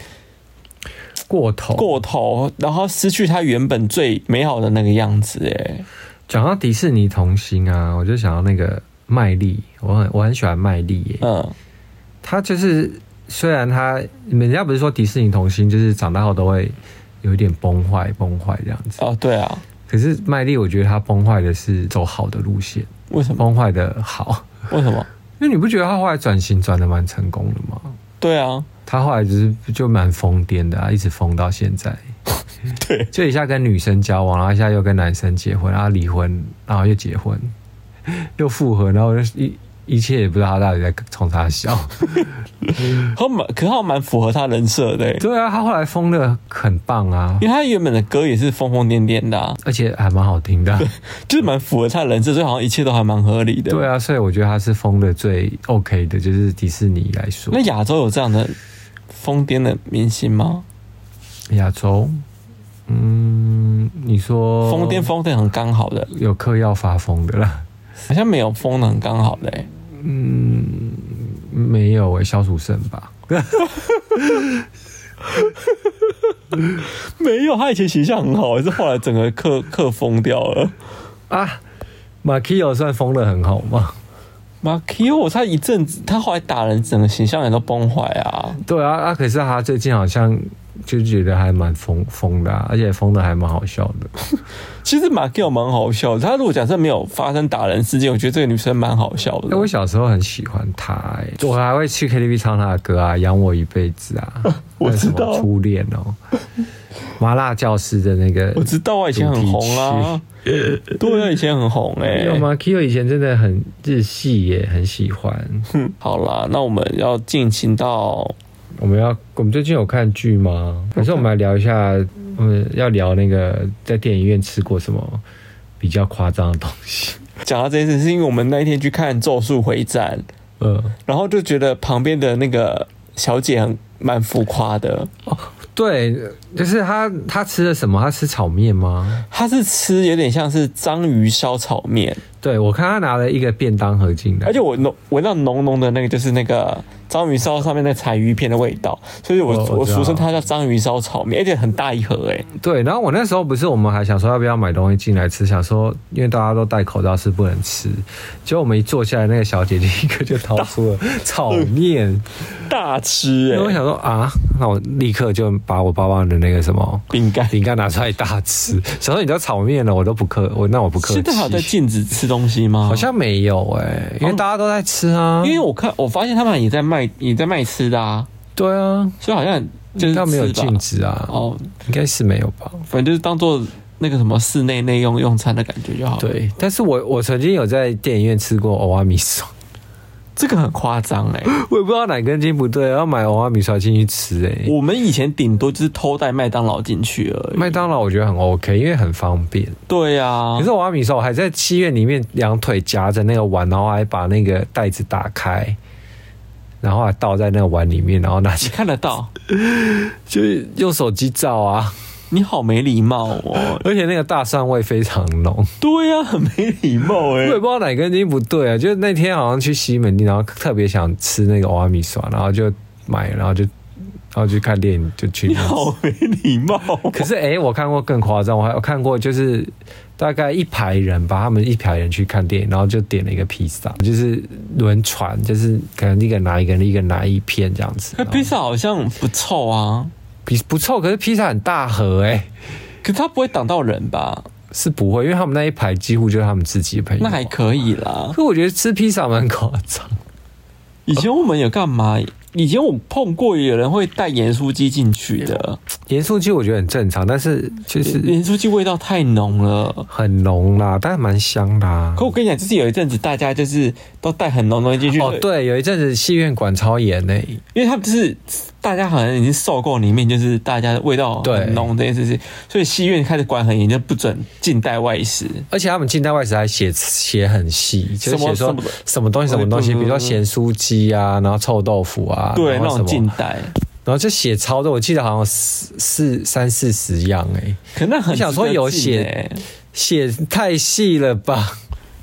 过头。过头，然后失去他原本最美好的那个样子。哎，讲到迪士尼童星啊，我就想到那个麦莉，我很我很喜欢麦莉耶、嗯，她就是虽然她人家不是说迪士尼童星就是长大后都会有一点崩坏崩坏这样子。哦，对啊，可是麦莉，我觉得她崩坏的是走好的路线，为什么？崩坏的好，为什么？因为你不觉得她后来转型转的蛮成功的吗？对啊，她后来就是就蛮疯癫的啊，一直疯到现在。对，就一下跟女生交往，然后一下又跟男生结婚，然后离婚，然后又结婚，又复合，然后我就一一切也不知道他到底在冲他笑。他蛮，可是他蛮符合他人设的欸、对啊，他后来疯的很棒啊，因为他原本的歌也是疯疯癫癫的、啊，而且还蛮好听的。啊就是蛮符合他的人设，所以好像一切都还蛮合理的。对啊，所以我觉得他是疯的最 OK 的，就是迪士尼来说那，亚洲有这样的疯癫的明星吗？亚洲，嗯，你说疯癫疯的很刚好的，有嗑药发疯的啦。好像没有疯的很刚好的、欸。没有诶、消暑肾吧？没有，他以前形象很好，也是后来整个克克疯掉了。啊，马 k i o 算疯的很好吗？马 Q，他一阵子，他后来打人，整个形象也都崩坏啊。对啊，啊，可是他最近好像就觉得还蛮疯疯的、啊，而且疯的还蛮好笑的。其实马 Q 蛮好笑的，他如果假设没有发生打人事件，我觉得这个女生蛮好笑哎、我的。小时候很喜欢他、欸，我还会去 KTV 唱他的歌啊，《养我一辈子》 啊，我知道还有什么初恋哦，麻辣教师的那个，我知道啊，以前很红啊，对啊，以前很红哎、有吗？Kyo 以前真的很日系耶，很喜欢。 好啦，那我们要进行到我们要，我们最近有看剧吗？可是我们来聊一下，我们要聊那个在电影院吃过什么比较夸张的东西。讲到这件事，是因为我们那一天去看《咒术回战》， 嗯，然后就觉得旁边的那个小姐很蛮浮夸的，对，就是他他吃了什么？他吃炒面吗？她是吃有点像是章鱼烧炒面，对，我看他拿了一个便当盒进来，而且我浓闻到浓浓的那个就是那个章鱼烧上面那个柴鱼片的味道，所以我哦我我我知道俗称它叫章鱼烧炒面，而且很大一盒哎、对，然后我那时候不是我们还想说要不要买东西进来吃，想说因为大家都戴口罩是不能吃，结果我们一坐下来，那个小姐立刻就掏 出了炒面，大吃然后我哎、想说啊，那我立刻就把我包包的那个什么饼 干。饼干拿出来大吃，想说你都炒面了，我都不客，我那我不客气现在还有在，禁止吃东西吗？好像没有哎、因为大家都在吃啊，因为我看我发现他们也在卖也在卖吃的啊，对啊，所以好像就是他没有吃吧禁止啊，哦，应该是没有吧。反正就是当做那个什么室内内用用餐的感觉就好了。，对，但是我我曾经有在电影院吃过欧阿米 索，这个很夸张 哎。我也不知道哪根筋不对，要买娃娃米刷进去吃诶、我们以前顶多就是偷带麦当劳进去而已。麦当劳我觉得很 OK，因为很方便。对呀、啊可是，娃娃米刷，我还在戏院里面两腿夹着那个碗，然后还把那个袋子打开，然后还倒在那个碗里面，然后拿你起，看得到，就是用手机照啊。 你好没礼貌哦。而且那个大蒜味非常浓，对呀、很没礼貌哎我也。不知道哪根筋不对啊。就是那天好像去西门町，然后特别想吃那个娃娃米刷，然后就买，然后就然后就看电影，就去你那边 吃。好没礼貌哦、可是诶，我看过更夸张，我还有看过就是大概一排人吧，他们一排人去看电影，然后就点了一个披萨，就是轮船，就是可能一个拿一个，一个拿一片这样子。那 披萨好像不臭啊，比不错，可是披萨很大盒诶，可它不会挡到人吧？是不会，因为他们那一排几乎就是他们自己的朋友。那还可以啦。可我觉得吃披萨蛮夸张，以前我们有干嘛？以前我碰过有人会带盐酥鸡进去的，盐酥鸡我觉得很正常，但是就是盐酥鸡味道太浓了。很浓啦，但蛮香啦可。我跟你讲，就是有一阵子大家就是都带很浓的东西进去，哦，对，有一阵子戏院管超严诶、因为他们就是大家好像已经受够里面就是大家的味道对很浓这件事情，所以戏院开始管很严，就不准近代外食。而且他们近代外食还写写很细，就什么是写什说么什么东西什么东西，嗯比如说咸酥鸡啊，然后臭豆腐啊，对，然后那什种么近代，然后就写超多，我记得好像有四四三四十样哎、可那很我想值得说有进写欸写太细了吧？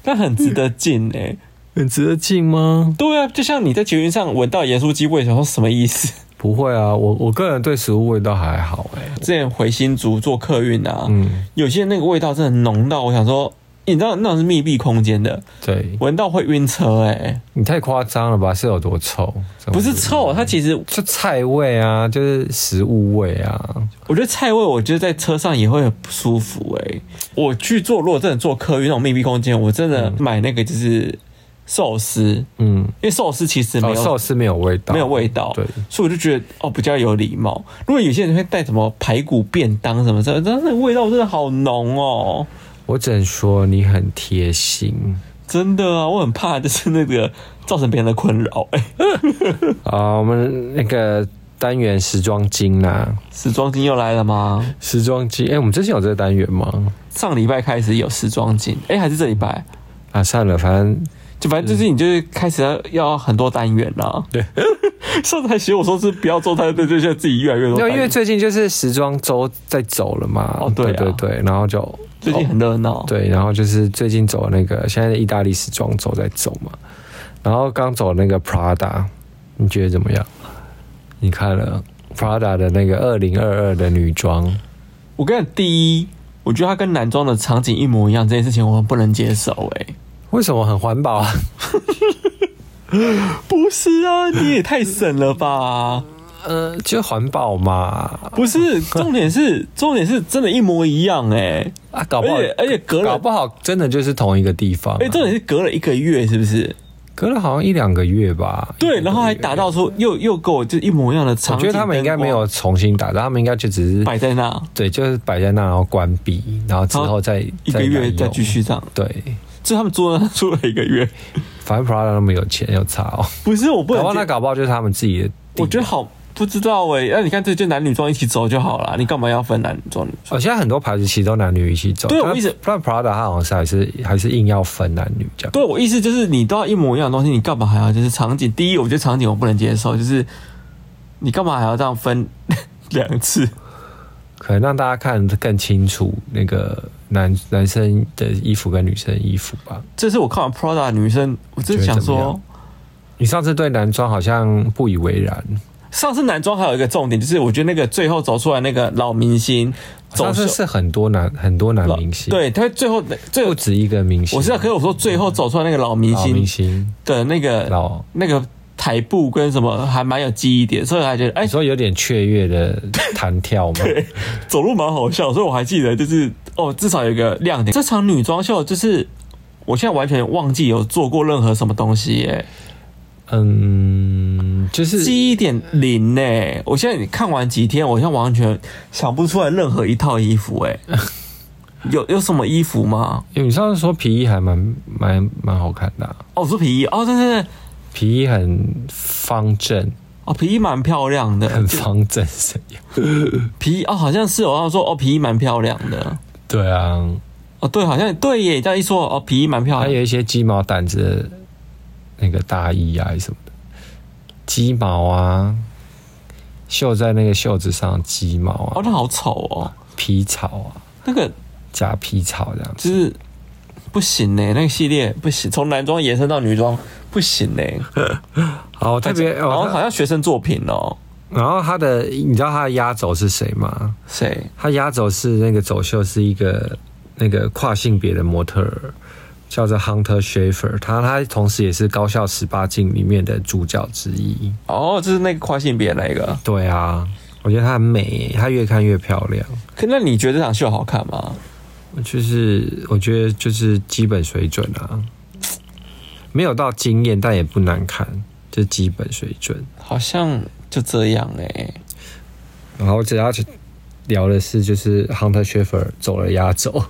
那很值得进诶、嗯很值得进吗？对啊，就像你在捷运上闻到盐酥鸡味，想说什么意思？ 不会啊，我我个人对食物味道还好哎、之前回新竹做客运啊，嗯有些那个味道真的浓到我想说，你知道那种是密闭空间的，对闻到会晕车哎、欸你太夸张了吧？是有多臭？这种不是臭，嗯它其实就菜味啊，就是食物味啊。我觉得菜味，我觉得在车上也会很不舒服哎、我去做，如果真的做客运那种密闭空间，我真的买那个就是寿司，嗯，因为寿司其实没哦，有、寿司没有味道，没有味道，对，所以我就觉得哦比较有礼貌。如果有些人会带什么排骨便当什么的，但那个味道真的好浓哦，我只能说你很贴心。真的啊，我很怕就是那个造成别人的困扰 哎、啊，我们那个单元时装精啦、时装精又来了吗？时装精，哎、我们之前有这个单元吗？上礼拜开始有时装精，哎、还是这礼拜？啊，算了，反正就反正最近你就是开始要要很多单元啦、对， 上次还学我说是不要做单元，对，就现在自己越来越多没有，单因为元，最近就是时装周在走了嘛。哦对啊对对，然后就最近很热闹。对，然后就是最近走那个现在的意大利时装周在走嘛，然后刚走那个 Prada，你觉得怎么样？你看了 Prada 的那个二零二二的女装，我跟你讲，第一，我觉得它跟男装的场景一模一样，这件事情我很不能接受、欸。为什么很环保啊？ 哎，不是啊，你也太省了吧？ 呃，就环保嘛，不是，重点是重点是真的，一模一样、欸。啊，搞不好而且而且隔了搞不好真的就是同一个地方、啊，哎，哎，重点是隔了一个月，是不是？隔了好像一两个月吧。对，然后还打造出又又给我就一模一样的我场景，觉得他们应该没有重新打造，他们应该就只是摆在那，对，就是摆在那，然后关闭，然后之后再一个月再再用继续这样，对。就他们做了做了一个月。反正 Prada 那么有钱又差哦，不是，我不搞能不好接那搞不好就是他们自己的。我觉得，好不知道哎、那你看，这就男女装一起走就好了，你干嘛要分男装女装？哦，现在很多牌子其实都男女一起走。对但我一直但 Prada 它好像是还是还是硬要分男女这样。对我意思就是，你都要一模一样的东西，你干嘛还要就是场景？第一，我觉得场景我不能接受，就是你干嘛还要这样分 两次？可能让大家看得更清楚那个男男生的衣服跟女生的衣服吧。这是我看完 Prada 女生，我真的觉得想怎么说样，你上次对男装好像不以为然，上次男装还有一个重点，就是我觉得那个最后走出来那个老明星，走上次秀是很多男很多男老明星，，对他最后最后不。止一个明星。我知道，可是我说最后走出来那个老明老星明星，的那个老那个台步跟什么还蛮有记忆点，所以还觉得哎、你说有点雀跃的弹 跳吗？走路蛮好笑，所以我还记得就是哦，至少有一个亮点。这场女装秀就是我现在完全忘记有做过任何什么东西耶、嗯，就是记忆点零呢、我现在看完几天，我现在完全想不出来任何一套衣服哎、有有什么衣服吗？因为你上次说皮衣还蛮蛮蛮好看的啊、哦，我说皮衣哦，对对对，皮衣很方正，哦皮衣蛮漂亮的， 很方正是一样皮衣哦好像是我要说哦皮衣蛮漂亮的，对啊，哦对好像对耶，这样一说哦皮衣蛮漂还亮的有一些鸡毛掸子的那个大衣啊什么的，鸡毛啊，绣在那个袖子上的鸡毛哦啊，那好丑哦，皮草啊，那个假皮草这样子。就是不行呢、欸那个系列不行，从男装延伸到女装不行呢、好，特别然后好哦，像学生作品哦，然后他的，你知道他的压轴是谁吗？谁？他压轴是那个走秀是一个那个跨性别的模特儿，叫做 Hunter Schafer，他他同时也是《高校十八禁》里面的主角之一。哦，就是那个跨性别那个。对啊，我觉得她很美，她越看越漂亮。可那你觉得这场秀好看吗？就是我觉得就是基本水准啊，没有到惊艳，但也不难看，就基本水准。好像就这样哎、然后只要聊的是就是 Hunter Schafer 走了压轴。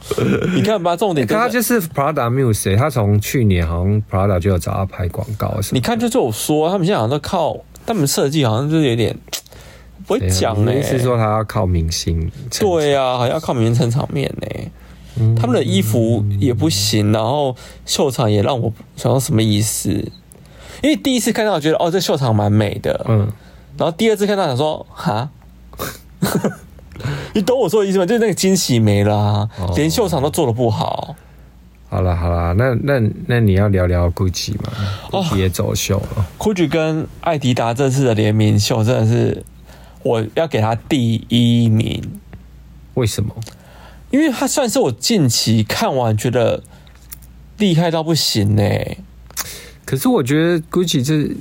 你看 吧，重点可他就是哎就是 Prada Muse，、欸、他从去年好像 Prada 就有找他拍广告什么。你看，就是我说他们现在好像都靠他们设计，好像就是有点不会讲你哎、哎的意思是说他要靠明星？对呀、好像要靠名撑场面呢、嗯他们的衣服也不行，然后秀场也让我想到什么意思？因为第一次看到觉得哦，这秀场蛮美的，嗯，然后第二次看到想说哈， 你懂我说的意思吗？就是那个惊喜没啦、哦连秀场都做的不好。好了好了，那那那你要聊聊 GUCCI 嘛？GUCCI 哦也走秀了， Gucci 跟艾迪达这次的联名秀真的是，我要给他第一名。为什么？因为它算是我近期看完觉得厉害到不行呢、可是我觉得 Gucci 这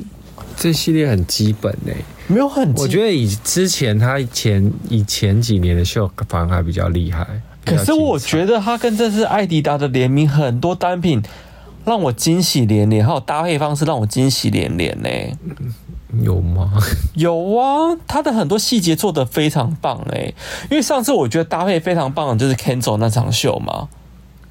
这系列很基本诶、没有很，我觉得以之前他前以前几年的秀反而还比较厉害。可是我得。觉得它跟这次艾迪达的联名很多单品让我惊喜连连，还有搭配方式让我惊喜连连呢、有吗？ 有啊，它的很多细节做得非常棒哎、因为上次我觉得搭配非常棒的就是 Kenzo 那场秀嘛，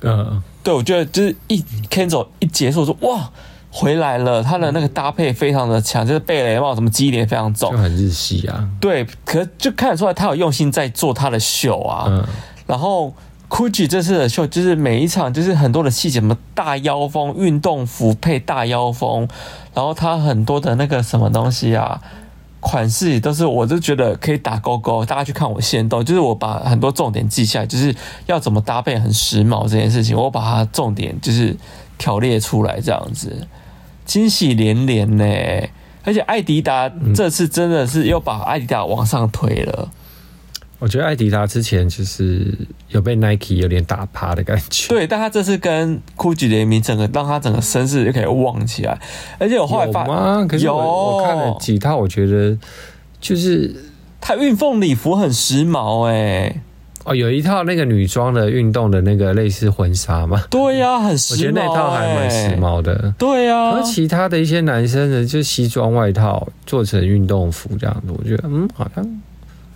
嗯，对我觉得就是一 Kenzo 一结束我说哇。回来了，他的那个搭配非常的强，就是贝雷帽什么基点非常重就，很日系啊。对，可就看得出来他有用心在做他的秀啊。嗯然后 Gucci 这次的秀就是每一场就是很多的细节，什么大腰封、运动服配大腰封，然后他很多的那个什么东西啊。款式也都是，我就觉得可以打勾勾，大家去看我先动，就是我把很多重点记下来，就是要怎么搭配很时髦这件事情，我把它重点就是条列出来这样子。惊喜连连呢、而且艾迪达嗯这次真的是又把艾迪达往上推了，我觉得艾迪达之前就是有被 Nike 有点打趴的感觉。，对，但他这次跟 GUCCI 联名，整个让他整个身世就可以旺起来，而且我后来有发吗？可是有我我看了几套，我觉得就是他运凤礼服很时髦哎、哦，有一套那个女装的运动的那个类似婚纱嘛，对呀、很时髦、欸我觉得那套还蛮时，髦的。对呀、而其他的一些男生的就西装外套做成运动服这样子，我觉得嗯好像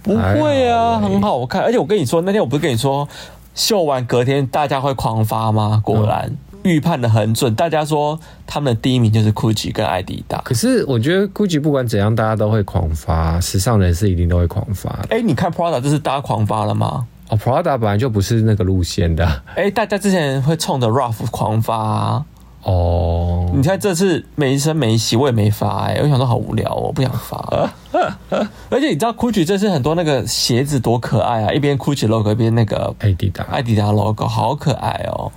不会啊，还好欸很好看，而且我跟你说，那天我不是跟你说秀完隔天大家会狂发吗？果然。嗯预判的很准，大家说他们的第一名就是 GUCCI 跟艾迪达。可是我觉得 Gucci 不管怎样，大家都会狂发，时尚人士一定都会狂发的。哎、你看 Prada 这是大家狂发了吗？哦，Prada 本来就不是那个路线的啊哎、大家之前会冲着 Ralph 狂发、啊，哦。你看这次没声没息，我也没发、哎，我想说好无聊、哦，我不想发。 而且你知道 GUCCI 这次很多那个鞋子多可爱啊，一边 GUCCI logo 一边那个艾迪达艾，迪达 logo，好可爱哦。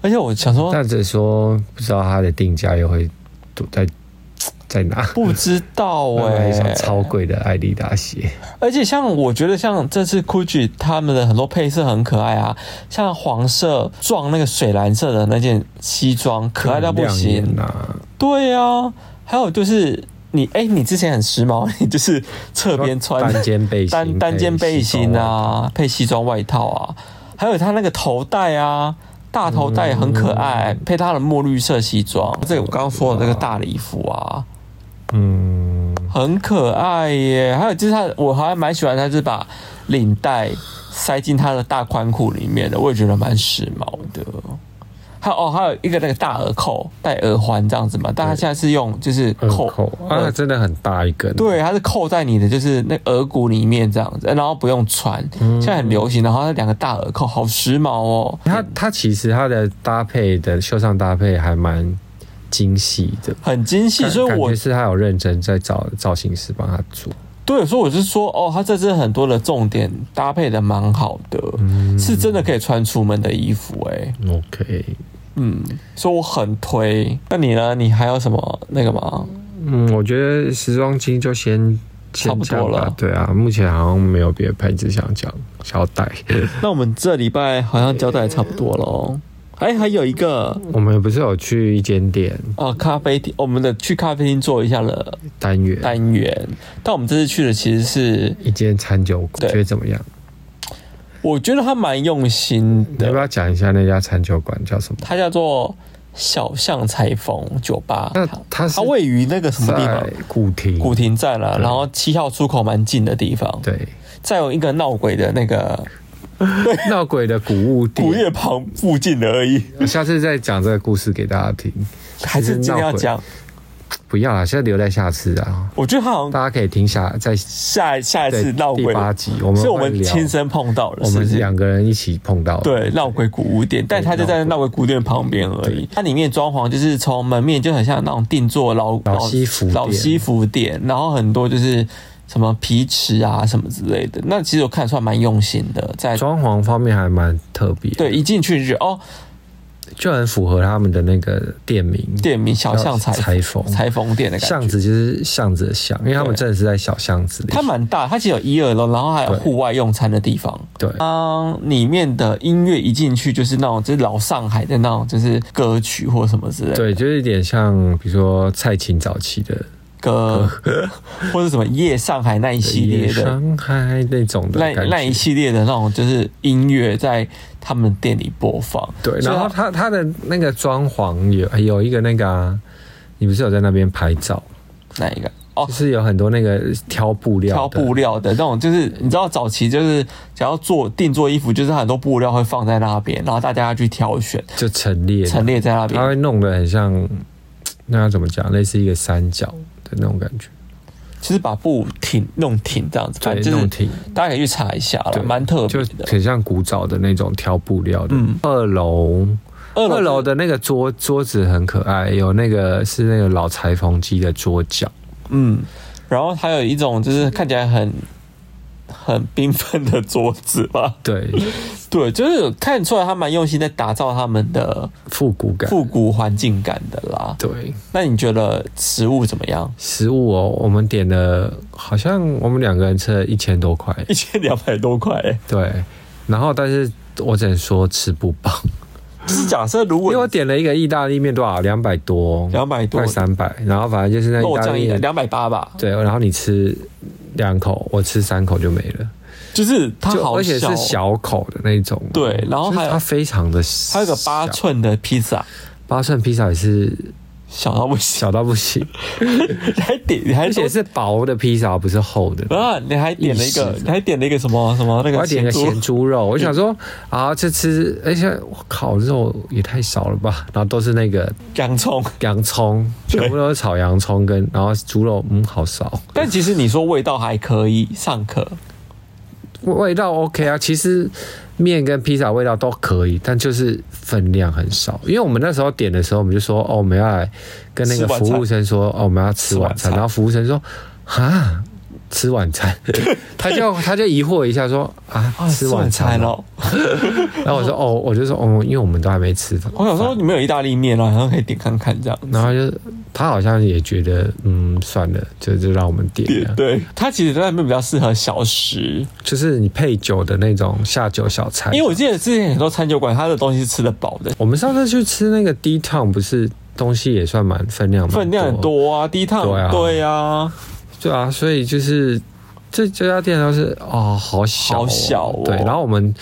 而且我想说，但只是说不知道它的定价又会都在在哪？不知道我哎、一双超贵的艾迪达鞋，而且像我觉得像这次 GUCCI 他们的很多配色很可爱啊，像黄色撞那个水蓝色的那件西装，可爱到不行。很亮眼啊呐！对啊，还有就是你哎、你之前很时髦， 你就是侧边穿单肩背 心单单肩背心啊，配西装外套啊，还有他那个头带啊，大头带很可爱，嗯配他的墨绿色西装，这个我刚刚说的那个大礼服啊，嗯，很可爱耶。还有就是他，我还蛮喜欢他，就是把领带塞进他的大宽裤里面的，我也觉得蛮时髦的。还有哦，还有一个那个大耳扣，戴耳环这样子嘛，但他现在是用就是扣呃扣啊，真的很大一根。对，它是扣在你的就是那耳骨里面这样子，然后不用穿，嗯现在很流行。然后它两个大耳扣，好时髦哦，它它其实它的搭配的袖上搭配还蛮精细的，很精细。感所以感我觉是他有认真在找造型师帮他做。对，所以我是说，哦，它这次很多的重点搭配的蛮好的，嗯是真的可以穿出门的衣服哎、 OK，所以我很推。那你呢？你还有什么那个吗？嗯，我觉得时装精就先。先差不多这样吧了对啊，目前好像没有别的牌子想讲小 戴，那我们这礼拜好像交代得差不多喽。哎，还有一个我们不是有去一间店哦，咖啡厅，我们的去咖啡厅做一下了单元，单元，但我们这次去的其实是一间餐酒对馆，觉得怎么样？我觉得他蛮用心你要不的，要讲一下那家餐酒馆叫什么？它叫做小巷裁缝酒吧。那它是它位于那个什么地方在？古亭，古亭站啦、对然后七号出口蛮近的地方。，对， 再有一个闹鬼的那个闹鬼的古物古店。月旁附近而已，我下次再讲这个故事给大家听，还是今天要讲？不要啦，现在留在下次啊，我觉得它好像大家可以听下再下下一次对闹第鬼八集，我们是我会们聊亲身碰到了，我是不们是？两个人一起碰到的，对，闹鬼古屋店，但它就在闹鬼古店旁边而已。它里面装潢就是从门面就很像那种定做老老西服店老西服店，然后很多就是什么皮尺啊什么之类的。那其实我看得出来蛮用心的，在装潢方面还蛮特别，对，一进去就觉得哦，就很符合他们的那个店名，店名小巷裁裁缝裁缝店的感觉。巷子就是巷子的巷，因为他们对真的是在小巷子里。它蛮大，它其实有一二楼，然后还有对户外用餐的地方。对当里面的音乐一进去，就是那种就是老上海的那种，就是歌曲或什么之类的对，就是有点像比如说蔡琴早期的 歌，或者什么夜上海那一系列夜的。上海那种的那感那一觉。系列的那种就是音乐在他们店里播放，对，所以然后他他的那个装潢有有一个那个啊，你不是有在那边拍照？那一个哦就，是有很多那个挑布料的，挑布料的那种，就是你知道早期就是只要做定做衣服，就是很多布料会放在那边，然后大家要去挑选，就陈列的，陈列在那它边，会弄得很像，那要怎么讲？类似一个三角的那种感觉，就是把布挺弄挺这样子，反对，正就弄是挺，大家可以去查一下了对，，蛮特别就的。很像古早的那种挑布料的。嗯二楼。二楼二楼的那个桌桌子很可爱，有那个是那个老裁缝机的桌角，嗯，然后还有一种就是看起来很很缤纷的桌子吧，对， 对，就是看出来他蛮用心在打造他们的复古感，复古环境感的啦。对。那你觉得食物怎么样？食物哦，我们点了，好像我们两个人吃了一千多块，一千两百多块、欸，对。然后，但是我只能说吃不饱，就是假设如因果为我点了一个意大利面多少，两百多， 200多快三百。然后反正就是那意肉大酱利一面，两百八吧，对。然后你吃两口，我吃三口就没了，就是它就好哦而且是小口的那种。对然后就是还有它非常的，还有个八寸的披萨，八寸披萨也是小到不行，小到不行，还点你还而点且是薄的披萨，不是厚的。然后你还点了一意个式，的你还点了一个什么什么那 我个要点个猪咸猪肉，我想说啊，这吃，而且我靠，肉也太少了吧？然后都是那个洋葱，洋葱，对全部都是炒洋葱跟，然后猪肉，嗯，好少，但其实你说味道还可以，尚可。味味道 OK 啊。其实面跟披萨味道都可以，但就是分量很少。因为我们那时候点的时候，我们就说哦，我们要来跟那个吃晚服餐务生说哦，我们要吃晚吃晚餐餐，然后服务生说啊。吃晚餐，他就他就疑惑一下说啊，吃晚餐哦。哦！ 然后我说哦，我就说哦，因为我们都还没吃饭。我想说你们有意大利面啊，好像可以点看看这样。然后就他好像也觉得，嗯，算了，就就让我们点了。对，它其实在那边比较适合小食，就是你配酒的那种下酒小菜。因为我记得之前很多餐酒馆它的东西是吃得饱的，我们上次去吃那个 D Town，不是东西也算蛮分量蛮分量很，多啊，低碳对啊对啊，对啊，所以就是这这家店都是哦，好小、好小哦对，然后我们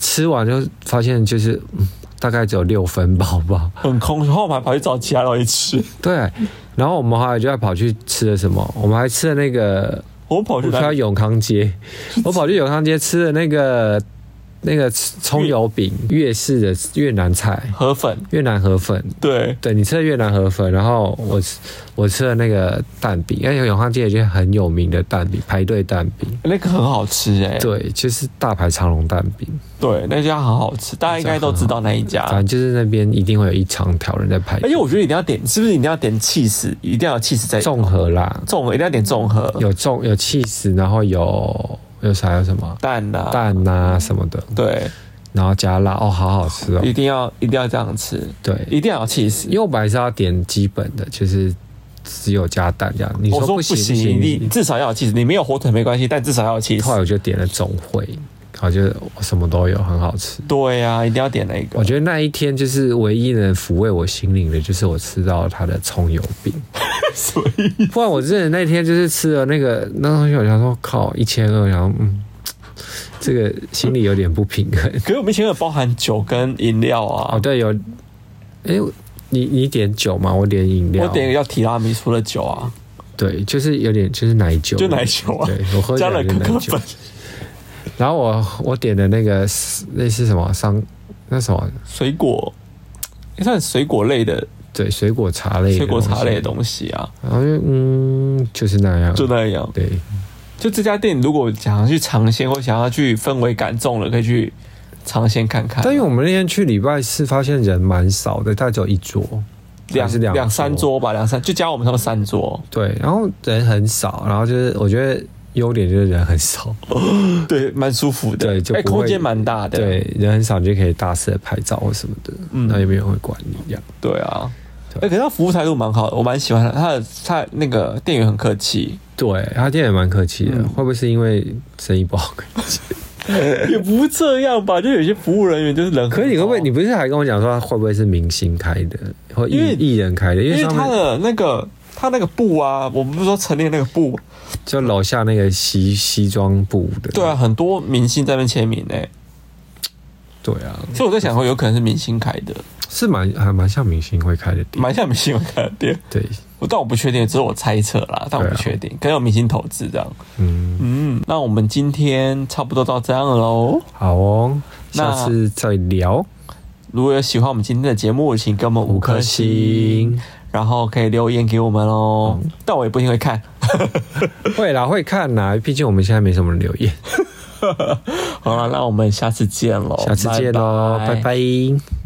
吃完就发现就是。嗯大概只有六分饱吧，很空。然后我们还跑去找其他东西 吃，对。然后我们后来就要跑去吃了什么？我们还吃了那个我们跑去我跑哪到里永康街，我跑去永康街吃了那个那个葱油饼，粤式的越南菜，河粉，越南河粉。对，对你吃了越南河粉，然后我吃我吃了那个蛋饼，因为永康街已经很有名的蛋饼，排队蛋饼，那个很好吃哎、对，就是大排长龙蛋饼，对，那家很好吃，大家应该都知道那一家。反正就是那边一定会有一长条人在排而队且，我觉得一定要点，是不是一定要点 cheese？一定要有 cheese 在综合啦，综合，一定要点综合，有重有气死，然后有有啥有什么蛋啊，蛋啊什么的，对，然后加辣，哦，好好吃哦一，定要一定要这样吃，对，一定要有 cheese。因为我本来是要点基本的，就是只有加蛋这样。你我说哦说不行行，行你至少要有 cheese，你没有火腿没关系，但至少要有后来 cheese。我就点了总会，然后就什么都有，很好吃。对呀、一定要点那我个。觉得那一天就是唯一能抚慰我心灵的，就是我吃到它的葱油 饼。所以不然我真的那天就是吃了那个那东西，我想说靠一千二，然后嗯，这个心里有点不平衡。可是我们以前有包含酒跟饮料啊，哦，对，有，哎、你你点酒嘛，我点饮料，我点一个叫提拉米苏的酒啊，对，就是有点就是奶酒，就奶酒啊对我喝加起了来就可是奶可酒粉。，然后我我点的那个类似什么商那什么水果，也算水果类的对水果茶类的水果茶类的西，东西啊，然后就嗯就是那样，就那样。对嗯就这家店，如果想要去尝鲜或想要去氛围感重了，可以去尝鲜看看。但因为我们那天去礼拜四发现人蛮少的，大概只有一桌，两还是两三桌，桌吧，两三就加我们他们三桌，对，然后人很少，然后就是我觉得优点就是人很少， 对，蛮舒服的，对，就哎、不会空间蛮大的，对，人很少你就可以大肆的拍照或什么的，嗯那也没有人会管你这样。对啊。哎、可是他服务态度蛮好的，我蛮喜欢他的。他的那个店员很客气，对，他店也蛮客气嗯的，会不会是因为生意不好客气？也不这样吧？就有些服务人员就是人很好，啊可是你会不会？你不是还跟我讲说他会不会是明星开的，或艺因为艺人开的？因因为为他他们的那个他那个布啊，我们不是说陈列那个布，就楼下那个西西装部的，对啊，很多明星在那边签名呢、对啊，所以我在想说，有可能是明星开的，是蛮还蛮像明星会开的店，蛮像明星开的店。对，我但我不确定，只是我猜测啦，但我不对啊确定，可能有明星投资这样。嗯，嗯，那我们今天差不多到这样喽。好哦，那下次再聊，如果有喜欢我们今天的节目，请给我们五颗星，五颗星然后可以留言给我们哦。但我也不一定会看。 会啦，会看啦，毕竟我们现在没什么留言，好了，那我们下次见喽，下次见喽，拜拜